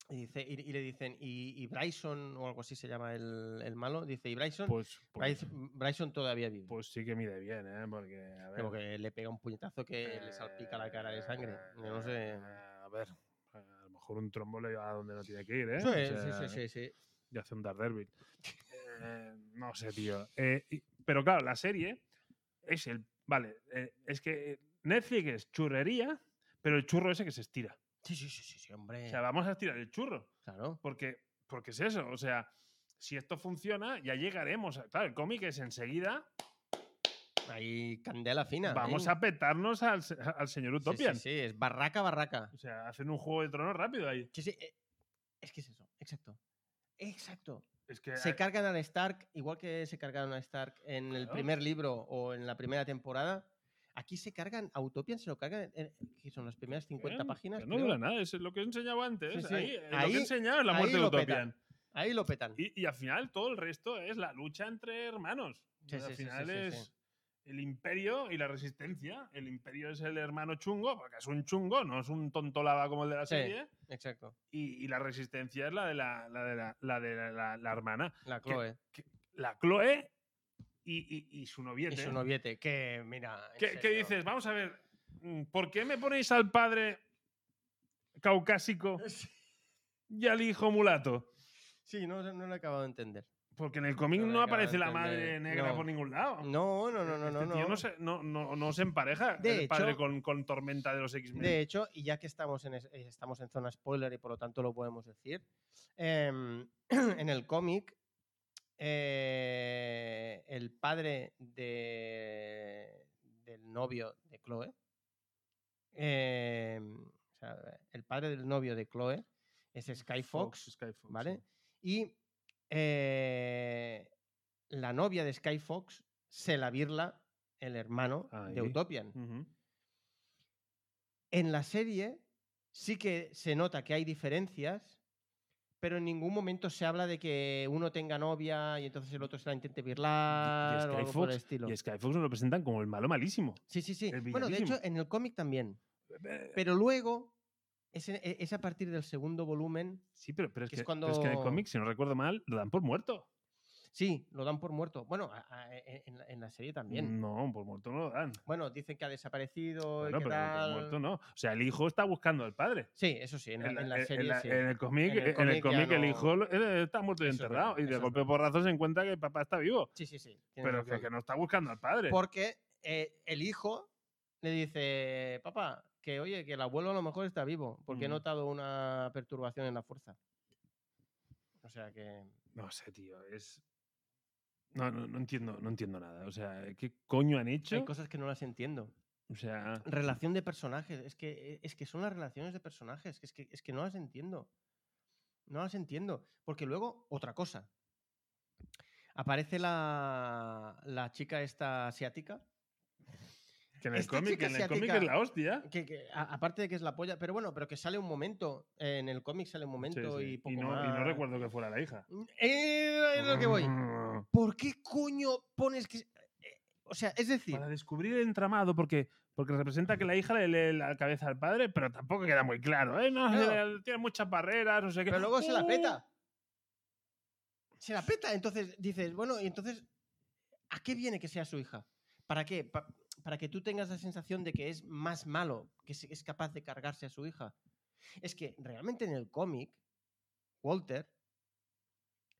Speaker 3: Y, dice, y, y le dicen, y, y Bryson, o algo así se llama el, el malo, dice, y Bryson,
Speaker 2: Pues, pues,
Speaker 3: Bryce- Bryson todavía vive.
Speaker 2: pues sí que mide bien, ¿eh? Porque, a ver...
Speaker 3: Como que le pega un puñetazo que le salpica la cara de sangre. Yo no
Speaker 2: eh,
Speaker 3: sé.
Speaker 2: A ver, a lo mejor un trombo le lleva a donde no tiene que ir, ¿eh?
Speaker 3: Sí,
Speaker 2: O
Speaker 3: sí,
Speaker 2: sea,
Speaker 3: sí, sí, sí.
Speaker 2: y hace un Daredevil. Eh, no sé, tío. Eh, y- pero claro, la serie es el. Vale, eh, es que Netflix es churrería, pero el churro ese que se estira.
Speaker 3: Sí, sí, sí, sí, sí, hombre.
Speaker 2: O sea, vamos a estirar el churro.
Speaker 3: claro.
Speaker 2: Porque, porque es eso. O sea, si esto funciona, ya llegaremos. a- claro, el cómic es enseguida.
Speaker 3: Ahí candela fina.
Speaker 2: Vamos
Speaker 3: ahí.
Speaker 2: a petarnos al, se- al señor
Speaker 3: Sí,
Speaker 2: Utopian.
Speaker 3: Sí, sí, es barraca, barraca.
Speaker 2: O sea, hacen un juego de tronos rápido ahí.
Speaker 3: Sí, sí, eh, Es que es eso, exacto. Exacto.
Speaker 2: Es que
Speaker 3: Se
Speaker 2: hay-
Speaker 3: cargan al Stark, igual que se cargaron a Stark en el
Speaker 2: Claro.
Speaker 3: primer libro o en la primera temporada. Aquí se cargan, a Utopian se lo cargan, en- eh, que son las primeras 50
Speaker 2: Bien,
Speaker 3: páginas.
Speaker 2: que no
Speaker 3: creo.
Speaker 2: dura nada, eso es lo que he enseñado antes.
Speaker 3: Sí, sí.
Speaker 2: Ahí, eh, lo
Speaker 3: Ahí-
Speaker 2: que he enseñado es la
Speaker 3: ahí
Speaker 2: muerte de
Speaker 3: lo
Speaker 2: Utopian.
Speaker 3: Ahí lo petan.
Speaker 2: Y, y al final todo el resto es la lucha entre hermanos.
Speaker 3: Sí,
Speaker 2: al
Speaker 3: sí, sí, sí,
Speaker 2: final
Speaker 3: sí, sí.
Speaker 2: es el imperio y la resistencia. El imperio es el hermano chungo, porque es un chungo, no es un tontolaba como el de la
Speaker 3: Sí.
Speaker 2: serie.
Speaker 3: Exacto.
Speaker 2: Y, y la resistencia es la de la, la de la, la de la, la- la hermana.
Speaker 3: La
Speaker 2: Que-
Speaker 3: Chloe
Speaker 2: La Chloe y, y- y su noviete.
Speaker 3: y su noviete, que mira. en
Speaker 2: ¿Qué, qué
Speaker 3: serio.
Speaker 2: dices? Vamos a ver, mm, ¿por qué me ponéis al padre caucásico y al hijo mulato?
Speaker 3: Sí, no, no lo he acabado de entender.
Speaker 2: Porque en el cómic
Speaker 3: No me
Speaker 2: no
Speaker 3: acabo de
Speaker 2: aparece la madre
Speaker 3: entender.
Speaker 2: negra
Speaker 3: No.
Speaker 2: por ningún lado.
Speaker 3: No, no, no, no, no.
Speaker 2: Este tío
Speaker 3: no.
Speaker 2: no se, no, no- no se empareja
Speaker 3: De
Speaker 2: el padre
Speaker 3: hecho-
Speaker 2: con, con Tormenta de los X-Men.
Speaker 3: De hecho, y ya que estamos en, es- eh, estamos en zona spoiler y por lo tanto lo podemos decir, em, en el cómic, eh, el padre de, del novio de Chloe, em, o sea, el padre del novio de Chloe es Sky Fox,
Speaker 2: Sky Mm, Fox,
Speaker 3: ¿vale?
Speaker 2: sí.
Speaker 3: Y eh, la novia de Sky Fox se la virla el hermano
Speaker 2: Ahí.
Speaker 3: de Utopian.
Speaker 2: Ujú.
Speaker 3: En la serie sí que se nota que hay diferencias, pero en ningún momento se habla de que uno tenga novia y entonces el otro se la intente
Speaker 2: Y
Speaker 3: virlar o
Speaker 2: Sky
Speaker 3: algo por el
Speaker 2: Fox-
Speaker 3: estilo.
Speaker 2: Y Sky Fox nos lo presentan como el malo malísimo.
Speaker 3: Sí, sí, sí.
Speaker 2: es
Speaker 3: Bueno, de hecho,
Speaker 2: villanísimo.
Speaker 3: en el cómic también.
Speaker 2: Eh.
Speaker 3: Pero luego es, en- e- es a partir del segundo volumen.
Speaker 2: Sí, pero, pero es,
Speaker 3: que
Speaker 2: que,
Speaker 3: es
Speaker 2: pero es que en el
Speaker 3: cuando-
Speaker 2: cómic, si no recuerdo mal, lo dan por muerto.
Speaker 3: Sí, lo dan por muerto. Bueno, a- a- e- en, la- en la serie también.
Speaker 2: No, por muerto no lo dan.
Speaker 3: Bueno, dicen que ha desaparecido. y
Speaker 2: Mm. Bueno, pero
Speaker 3: que
Speaker 2: por
Speaker 3: tal.
Speaker 2: muerto no. O sea, el hijo está buscando al padre.
Speaker 3: Sí, eso sí, en, la- en la serie
Speaker 2: la-
Speaker 3: sí.
Speaker 2: en el cómic,
Speaker 3: En el
Speaker 2: eh, en el
Speaker 3: cómic ya
Speaker 2: cómic el
Speaker 3: no-
Speaker 2: hijo lo- eh, está muerto y
Speaker 3: Eso es
Speaker 2: enterrado.
Speaker 3: verdad,
Speaker 2: y de
Speaker 3: eso es
Speaker 2: golpe
Speaker 3: verdad.
Speaker 2: porrazo se encuentra que el papá está vivo.
Speaker 3: Sí, sí, sí. tienes
Speaker 2: Pero que,
Speaker 3: razón.
Speaker 2: que no está buscando al padre.
Speaker 3: Porque eh, el hijo le dice, papá, que oye, que el abuelo a lo mejor está vivo, porque he
Speaker 2: Ujú.
Speaker 3: notado una perturbación en la fuerza. O sea que...
Speaker 2: No sé, tío. Es. No, no, no entiendo, no entiendo nada. O sea, ¿qué coño han hecho?
Speaker 3: Hay cosas que no las entiendo.
Speaker 2: O sea.
Speaker 3: Relación de personajes, es que, es que son las relaciones de personajes, que es, que, es que no las entiendo. No las entiendo. Porque luego, otra cosa. Aparece la, la chica esta asiática,
Speaker 2: Que en el
Speaker 3: Esta
Speaker 2: cómic,
Speaker 3: chica
Speaker 2: en el cómic es
Speaker 3: asiática-
Speaker 2: la hostia.
Speaker 3: que, que a- aparte de que es la polla, pero bueno, pero que sale un momento, eh, en el cómic sale un
Speaker 2: Sí,
Speaker 3: momento
Speaker 2: sí.
Speaker 3: y poco
Speaker 2: no, y
Speaker 3: más.
Speaker 2: no recuerdo que fuera la hija.
Speaker 3: Eh, es lo que voy.
Speaker 2: Mm.
Speaker 3: ¿Por qué coño pones que.? eh, O sea, es decir,
Speaker 2: Para descubrir el entramado, porque, porque representa que la hija le lee la cabeza al padre, pero tampoco queda muy claro. ¿eh? No,
Speaker 3: Claro.
Speaker 2: eh, tiene muchas barreras, no sé qué.
Speaker 3: pero luego se la
Speaker 2: ¡Uh!
Speaker 3: peta. Este Se la peta. Entonces dices, bueno, y entonces, ¿a qué viene que sea su hija? ¿Para qué? Pa- para que tú tengas la sensación de que es más malo, que es- es capaz de cargarse a su hija. Es que realmente en el cómic, Walter,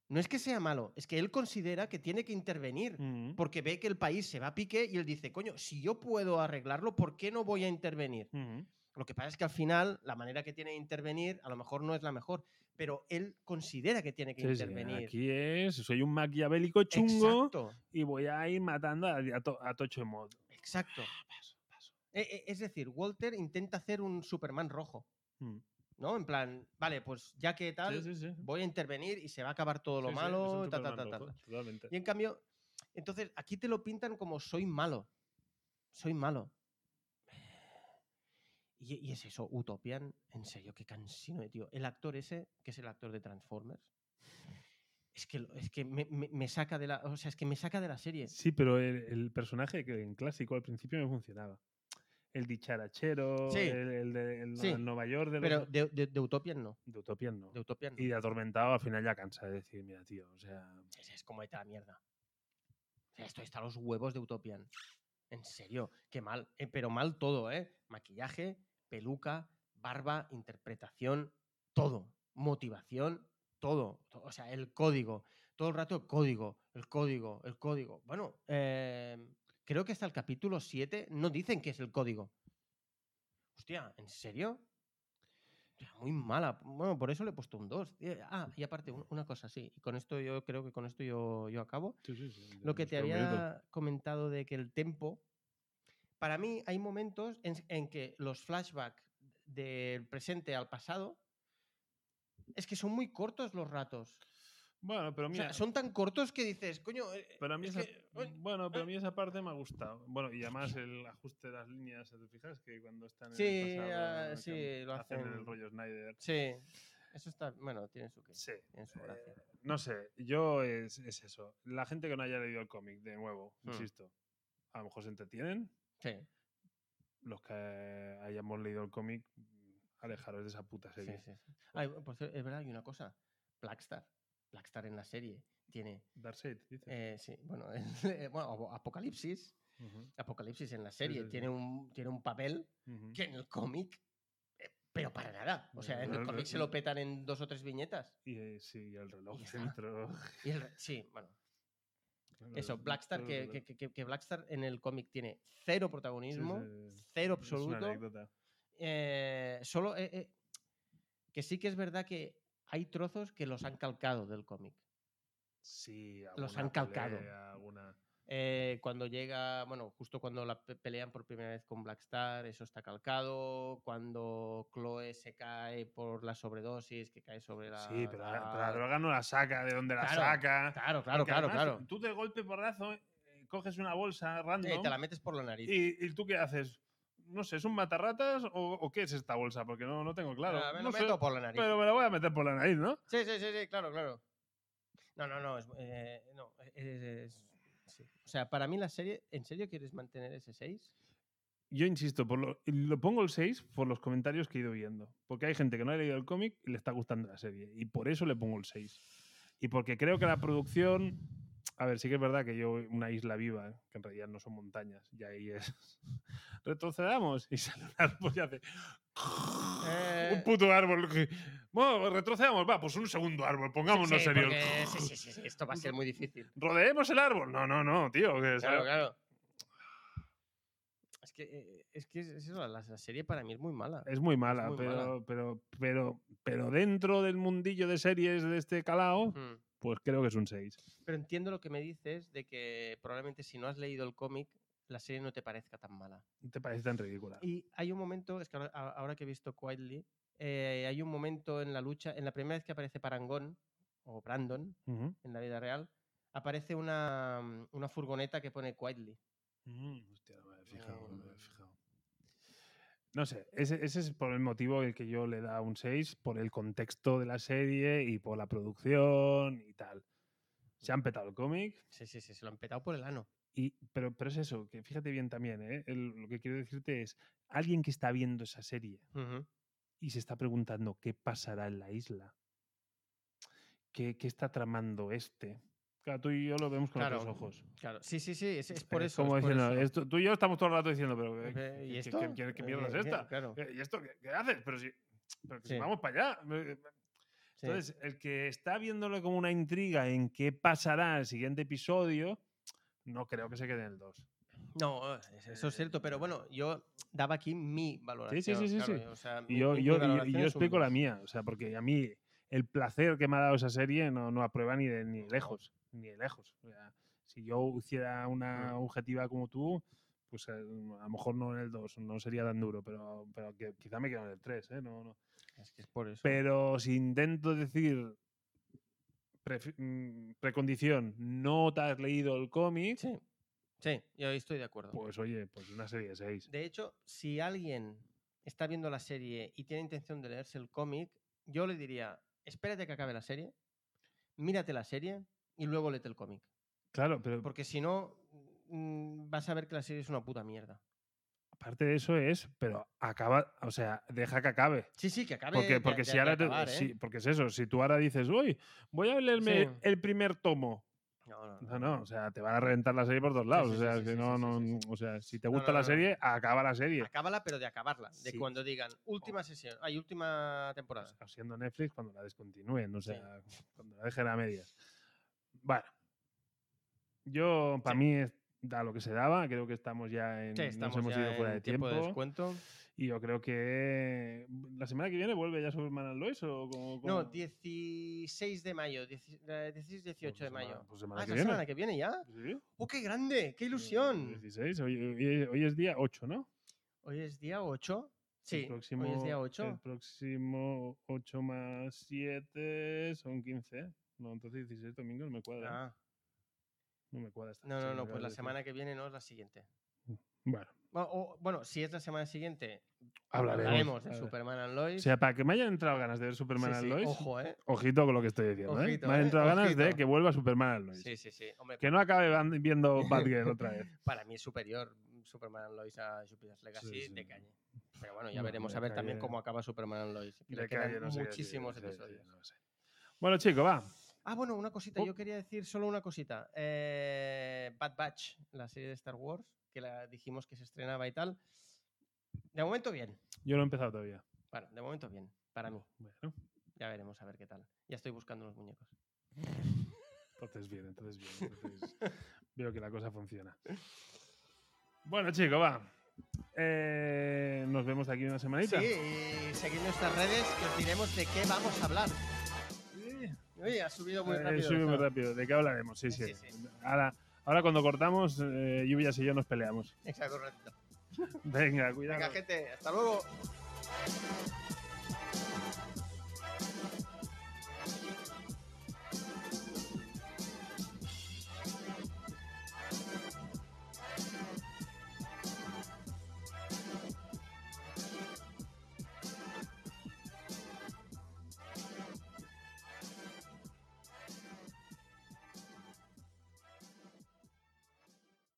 Speaker 3: no es que sea malo, es que él considera que tiene que intervenir.
Speaker 2: Mm.
Speaker 3: porque ve que el país se va a pique y él dice, coño, si yo puedo arreglarlo, ¿por qué no voy a intervenir?
Speaker 2: Mm.
Speaker 3: Lo que pasa es que al final la manera que tiene de intervenir a lo mejor no es la mejor, pero él considera que tiene que
Speaker 2: Sí, sí,
Speaker 3: intervenir.
Speaker 2: Aquí es, soy un maquiavélico chungo
Speaker 3: Exacto,
Speaker 2: y voy a ir matando a, a to- a tocho de modo.
Speaker 3: exacto.
Speaker 2: Ah,
Speaker 3: E- e- Es decir, Walter intenta hacer un Superman rojo,
Speaker 2: Mm.
Speaker 3: ¿no? En plan, vale, pues ya que tal,
Speaker 2: Sí, sí, sí.
Speaker 3: voy a intervenir y se va a acabar todo lo
Speaker 2: Sí, sí, es
Speaker 3: malo,
Speaker 2: un
Speaker 3: ta, ta,
Speaker 2: Superman
Speaker 3: ta, ta,
Speaker 2: rojo,
Speaker 3: ta.
Speaker 2: Totalmente.
Speaker 3: Y en cambio, entonces aquí te lo pintan como soy malo. Soy malo. Y, y es eso, Utopian, en serio, qué cansino, eh, tío. El actor ese, que es el actor de Transformers, es que, lo- es que me, me- me saca de la. O sea, es que me saca de la serie.
Speaker 2: Sí, pero el, el personaje que en clásico al principio me funcionaba. El dicharachero,
Speaker 3: Sí.
Speaker 2: el, el de el-
Speaker 3: Sí.
Speaker 2: el Nueva York de, los-
Speaker 3: Pero de, de- de Utopian no.
Speaker 2: de Utopian no.
Speaker 3: De Utopian no.
Speaker 2: Y de atormentado al final ya cansa de decir, mira, tío, o sea,
Speaker 3: Es, es como vete a la mierda. O sea, esto está a los huevos de Utopian. En serio, qué mal. Eh, pero mal todo, ¿eh? Maquillaje, peluca, barba, interpretación, todo. Motivación, todo. To- O sea, el código. Todo el rato el código, el código, el código. Bueno, eh, creo que hasta el capítulo 7 no dicen que es el código. Hostia, ¿en serio? Hostia, Muy mala. Bueno, por eso le he puesto un 2. Ah, y aparte, un- una cosa, sí. Y con esto yo creo que con esto yo, yo acabo. Lo que te había comentado de que el tempo. Para mí hay momentos en, en que los flashbacks del presente al pasado es que son muy cortos los ratos.
Speaker 2: Bueno, pero
Speaker 3: O
Speaker 2: mira.
Speaker 3: sea, son tan cortos que dices, coño. eh,
Speaker 2: Pero a mí
Speaker 3: es
Speaker 2: esa,
Speaker 3: que, oye, eh
Speaker 2: bueno, pero a mí esa parte me ha gustado. Bueno, y además el ajuste de las líneas, ¿te fijas? Que cuando están en
Speaker 3: Sí,
Speaker 2: el pasado,
Speaker 3: ah, sí,
Speaker 2: que
Speaker 3: lo hacen.
Speaker 2: el rollo Snyder.
Speaker 3: Sí. Eso está. Bueno, tiene su, qué,
Speaker 2: Sí.
Speaker 3: tiene su
Speaker 2: Eh,
Speaker 3: gracia.
Speaker 2: No sé, yo es, es eso. La gente que no haya leído el cómic, de nuevo,
Speaker 3: Hmm.
Speaker 2: insisto, a lo mejor se entretienen.
Speaker 3: Sí,
Speaker 2: Los que hayamos leído el cómic, alejaros de esa puta
Speaker 3: sí,
Speaker 2: serie.
Speaker 3: sí, sí. Ay, por cierto, es verdad, hay una cosa. Blackstar. Blackstar en la serie tiene.
Speaker 2: Darkseid, dice.
Speaker 3: eh, sí, bueno, el- bueno, o- Apocalipsis.
Speaker 2: Ujú,
Speaker 3: Apocalipsis en la serie
Speaker 2: sí, Mm.
Speaker 3: tiene, un, tiene un papel
Speaker 2: ujú.
Speaker 3: que en el cómic. eh, Pero para nada. O sea, en
Speaker 2: No,
Speaker 3: el
Speaker 2: no,
Speaker 3: cómic se
Speaker 2: no.
Speaker 3: lo petan en dos o tres viñetas.
Speaker 2: Y eh, sí, el reloj
Speaker 3: Y ya.
Speaker 2: centro.
Speaker 3: Y el re- sí, bueno. Eso, Blackstar, que, que, que- que Blackstar en el cómic tiene cero protagonismo,
Speaker 2: sí.
Speaker 3: cero
Speaker 2: Es una
Speaker 3: absoluto.
Speaker 2: anécdota.
Speaker 3: eh, solo eh, eh, que sí que es verdad que hay trozos que los han calcado del cómic.
Speaker 2: Sí,
Speaker 3: Los
Speaker 2: alguna
Speaker 3: han calcado.
Speaker 2: pelea, alguna-
Speaker 3: Eh, cuando llega, bueno, justo cuando la pe- pelean por primera vez con Blackstar, eso está calcado. Cuando Chloe se cae por la sobredosis, que cae sobre la.
Speaker 2: Sí, pero la,
Speaker 3: la-
Speaker 2: pero la droga no la saca de donde la
Speaker 3: Claro,
Speaker 2: saca.
Speaker 3: Claro, claro,
Speaker 2: Porque
Speaker 3: claro,
Speaker 2: además,
Speaker 3: claro.
Speaker 2: Tú de golpe porrazo eh, coges una bolsa
Speaker 3: Eh,
Speaker 2: random
Speaker 3: te la metes por la nariz.
Speaker 2: y, y tú qué haces. No sé, ¿es un matarratas o, o qué es esta bolsa? Porque no, no tengo claro.
Speaker 3: Ah, me
Speaker 2: No
Speaker 3: lo
Speaker 2: sé,
Speaker 3: meto por la nariz.
Speaker 2: pero me la voy a meter por la nariz, ¿no?
Speaker 3: Sí, sí, sí, sí, claro, claro. No, no, no, es, eh, no eh, es- sí. O sea, para mí la serie, ¿en serio quieres mantener ese 6?
Speaker 2: Yo insisto, por lo, lo pongo el 6 por los comentarios que he ido viendo. Porque hay gente que no ha leído el cómic y le está gustando la serie. Y por eso le pongo el 6. Y porque creo que la producción. A ver, sí que es verdad que yo, una isla viva, que en realidad no son montañas, y ahí es. Retrocedamos y sale un árbol y hace.
Speaker 3: Eh.
Speaker 2: Un puto árbol. que- Bueno, retrocedamos, va, pues un segundo árbol, pongámonos
Speaker 3: sí,
Speaker 2: serios.
Speaker 3: porque- sí, sí, sí, sí, esto va a ser muy difícil.
Speaker 2: Rodeemos el árbol. No, no, no, tío. que sale-
Speaker 3: Claro, claro. Es que, eh, es, que es- es eso, la, la serie para mí es muy mala.
Speaker 2: Es muy mala,
Speaker 3: muy
Speaker 2: pero,
Speaker 3: mala.
Speaker 2: pero, pero, pero dentro del mundillo de series de este calao,
Speaker 3: Mm.
Speaker 2: pues creo que es un 6.
Speaker 3: Pero entiendo lo que me dices de que probablemente si no has leído el cómic, la serie no te parezca tan mala.
Speaker 2: ¿Te parece tan ridícula?
Speaker 3: Y hay un momento, es que ahora, a- ahora que he visto Quietly, eh, hay un momento en la lucha, en la primera vez que aparece Parangón, o Brandon,
Speaker 2: Ujú.
Speaker 3: en la vida real, aparece una, mm, una furgoneta que pone Quietly.
Speaker 2: Mm, hostia, no me había fijado, no me había
Speaker 3: Mm.
Speaker 2: fijado. No sé, ese, ese es por el motivo el que yo le da un 6, por el contexto de la serie y por la producción y tal. Se han petado el cómic,
Speaker 3: Sí, sí, sí, se lo han petado por el ano.
Speaker 2: Y, pero, pero es eso, que fíjate bien también, ¿eh? El- lo que quiero decirte es, alguien que está viendo esa serie
Speaker 3: Ujú.
Speaker 2: y se está preguntando qué pasará en la isla, qué, qué está tramando este. Claro, tú y yo lo vemos con
Speaker 3: Claro.
Speaker 2: otros ojos.
Speaker 3: Claro, sí, sí, sí, es, es por
Speaker 2: Es
Speaker 3: eso.
Speaker 2: como
Speaker 3: es por
Speaker 2: diciendo,
Speaker 3: eso.
Speaker 2: esto- tú y yo estamos todo el rato diciendo, pero eh,
Speaker 3: Eh, ¿Y
Speaker 2: ¿qué-
Speaker 3: esto?
Speaker 2: qué- qué- qué mierda es
Speaker 3: Eh,
Speaker 2: esta?
Speaker 3: Claro.
Speaker 2: Eh, ¿Y esto qué, qué haces? Pero si, pero que si
Speaker 3: Sí.
Speaker 2: vamos para allá. eh,
Speaker 3: sí.
Speaker 2: entonces, el que está viéndolo como una intriga en qué pasará el siguiente episodio, no creo que se quede en el 2.
Speaker 3: No, eh, es- eso es cierto, pero bueno, yo daba aquí mi valoración.
Speaker 2: sí,
Speaker 3: claro,
Speaker 2: sí.
Speaker 3: o sea,
Speaker 2: Y
Speaker 3: mi-
Speaker 2: yo,
Speaker 3: mi- mi
Speaker 2: yo, y- y
Speaker 3: valoración
Speaker 2: yo
Speaker 3: es un
Speaker 2: explico la
Speaker 3: dos.
Speaker 2: mía, o sea, porque a mí el placer que me ha dado esa serie no, no aprueba ni de ni de lejos, ni de lejos. O sea, si yo hiciera una objetiva como tú, pues eh, a lo mejor no en el 2, no sería tan duro, pero, pero que, quizá me quedo en el 3, ¿eh? No, no.
Speaker 3: Es que es por eso.
Speaker 2: Pero si intento decir prefi- mm, precondición, no te has leído el cómic,
Speaker 3: Sí, sí, yo ahí estoy de acuerdo.
Speaker 2: pues oye, pues una serie de 6.
Speaker 3: De hecho, si alguien está viendo la serie y tiene intención de leerse el cómic, yo le diría, espérate que acabe la serie, mírate la serie y luego léete el cómic.
Speaker 2: Claro, pero
Speaker 3: Porque si no, mm, vas a ver que la serie es una puta mierda.
Speaker 2: aparte de eso es, pero acaba, o sea, deja que acabe.
Speaker 3: Sí, sí, que acabe.
Speaker 2: Porque,
Speaker 3: de-
Speaker 2: porque
Speaker 3: de-
Speaker 2: si
Speaker 3: de
Speaker 2: ahora te-
Speaker 3: acabar, ¿eh?
Speaker 2: sí, porque es eso, si tú ahora dices, uy, voy a leerme
Speaker 3: Sí.
Speaker 2: el primer tomo.
Speaker 3: No, no,
Speaker 2: No, no, o sea, te van a reventar la serie por dos lados.
Speaker 3: sí,
Speaker 2: o sea,
Speaker 3: sí,
Speaker 2: que
Speaker 3: sí,
Speaker 2: no,
Speaker 3: sí,
Speaker 2: no,
Speaker 3: sí, sí,
Speaker 2: o sea, si te
Speaker 3: No, no,
Speaker 2: gusta
Speaker 3: no,
Speaker 2: la
Speaker 3: no. Ah,
Speaker 2: serie, acaba la serie.
Speaker 3: Acábala, pero de acabarla. De
Speaker 2: Sí.
Speaker 3: cuando digan última sesión, hay última temporada.
Speaker 2: O siendo Netflix cuando la descontinúen, o sea, cuando la dejen a medias. Bueno, yo, para
Speaker 3: Sí.
Speaker 2: mí, es- da lo que se daba. Creo que estamos ya en.
Speaker 3: Sí,
Speaker 2: nos
Speaker 3: estamos
Speaker 2: hemos
Speaker 3: ya
Speaker 2: ido fuera
Speaker 3: en
Speaker 2: de tiempo.
Speaker 3: de descuento.
Speaker 2: y yo creo que. ¿La semana que viene vuelve ya Superman and Lois? O cómo-
Speaker 3: No,
Speaker 2: cómo?
Speaker 3: 16 de mayo, 16,
Speaker 2: Pues
Speaker 3: 18 de
Speaker 2: semana-
Speaker 3: mayo.
Speaker 2: pues semana
Speaker 3: Ah,
Speaker 2: que
Speaker 3: ¿es la
Speaker 2: viene.
Speaker 3: semana que viene ya.
Speaker 2: Sí.
Speaker 3: ¡Oh, qué grande! ¡Qué
Speaker 2: Eh,
Speaker 3: ilusión!
Speaker 2: 16, hoy, hoy- hoy es día 8, ¿no?
Speaker 3: Hoy es día 8. Sí,
Speaker 2: el próximo,
Speaker 3: hoy es día
Speaker 2: El
Speaker 3: 8.
Speaker 2: próximo 8 más 7 son 15. No, entonces 16 domingo no me cuadra.
Speaker 3: Ah,
Speaker 2: No me cuadra. esta
Speaker 3: no,
Speaker 2: fecha
Speaker 3: no,
Speaker 2: que
Speaker 3: no,
Speaker 2: acabas
Speaker 3: pues la
Speaker 2: de decir.
Speaker 3: semana que viene no es la siguiente.
Speaker 2: Bueno,
Speaker 3: Bueno, o- bueno, si es la semana siguiente,
Speaker 2: hablaremos.
Speaker 3: hablaremos de
Speaker 2: hablaremos.
Speaker 3: Superman and Lois.
Speaker 2: O sea, para que me hayan entrado ganas de ver Superman
Speaker 3: Sí,
Speaker 2: and
Speaker 3: sí,
Speaker 2: Lois,
Speaker 3: Ojo, ¿eh?
Speaker 2: ojito con lo que estoy diciendo. ¿eh?
Speaker 3: Ojito,
Speaker 2: Me han
Speaker 3: ¿eh?
Speaker 2: entrado ganas de
Speaker 3: Ojito.
Speaker 2: que vuelva Superman and Lois.
Speaker 3: Sí, sí, sí. Hombre,
Speaker 2: Que no acabe van- viendo Batgirl otra vez.
Speaker 3: para mí es superior mm, Superman and Lois a Jupiter's Legacy
Speaker 2: sí.
Speaker 3: de calle. Pero bueno, ya
Speaker 2: Bueno,
Speaker 3: veremos
Speaker 2: de
Speaker 3: a ver también
Speaker 2: calle-
Speaker 3: cómo acaba Superman and Lois. que
Speaker 2: De
Speaker 3: le quedan
Speaker 2: calle, no sé qué decir,
Speaker 3: muchísimos
Speaker 2: sí, sí,
Speaker 3: episodios.
Speaker 2: no sé. Bueno, chico, va.
Speaker 3: Ah, bueno, una cosita.
Speaker 2: Oh.
Speaker 3: Yo quería decir solo una cosita. Eh, Bad Batch, la serie de Star Wars, que la dijimos que se estrenaba y tal. De momento bien.
Speaker 2: Yo no he empezado todavía.
Speaker 3: Bueno, de momento bien, para mí.
Speaker 2: Bueno,
Speaker 3: Ya veremos a ver qué tal. Ya estoy buscando los muñecos.
Speaker 2: entonces bien, entonces bien. entonces veo que la cosa funciona. Bueno, chico, va. Eh, nos vemos de aquí una semanita.
Speaker 3: Sí, y seguid nuestras redes que os diremos de qué vamos a hablar.
Speaker 2: Sí.
Speaker 3: Uy, ha subido muy
Speaker 2: Eh,
Speaker 3: rápido.
Speaker 2: sube muy
Speaker 3: esto.
Speaker 2: rápido. ¿De qué hablaremos? Sí, sí.
Speaker 3: Sí, sí.
Speaker 2: Ahora, ahora cuando cortamos, eh, Lluvias y yo nos peleamos.
Speaker 3: Exacto, correcto.
Speaker 2: Venga, cuidado.
Speaker 3: Venga, gente, hasta luego.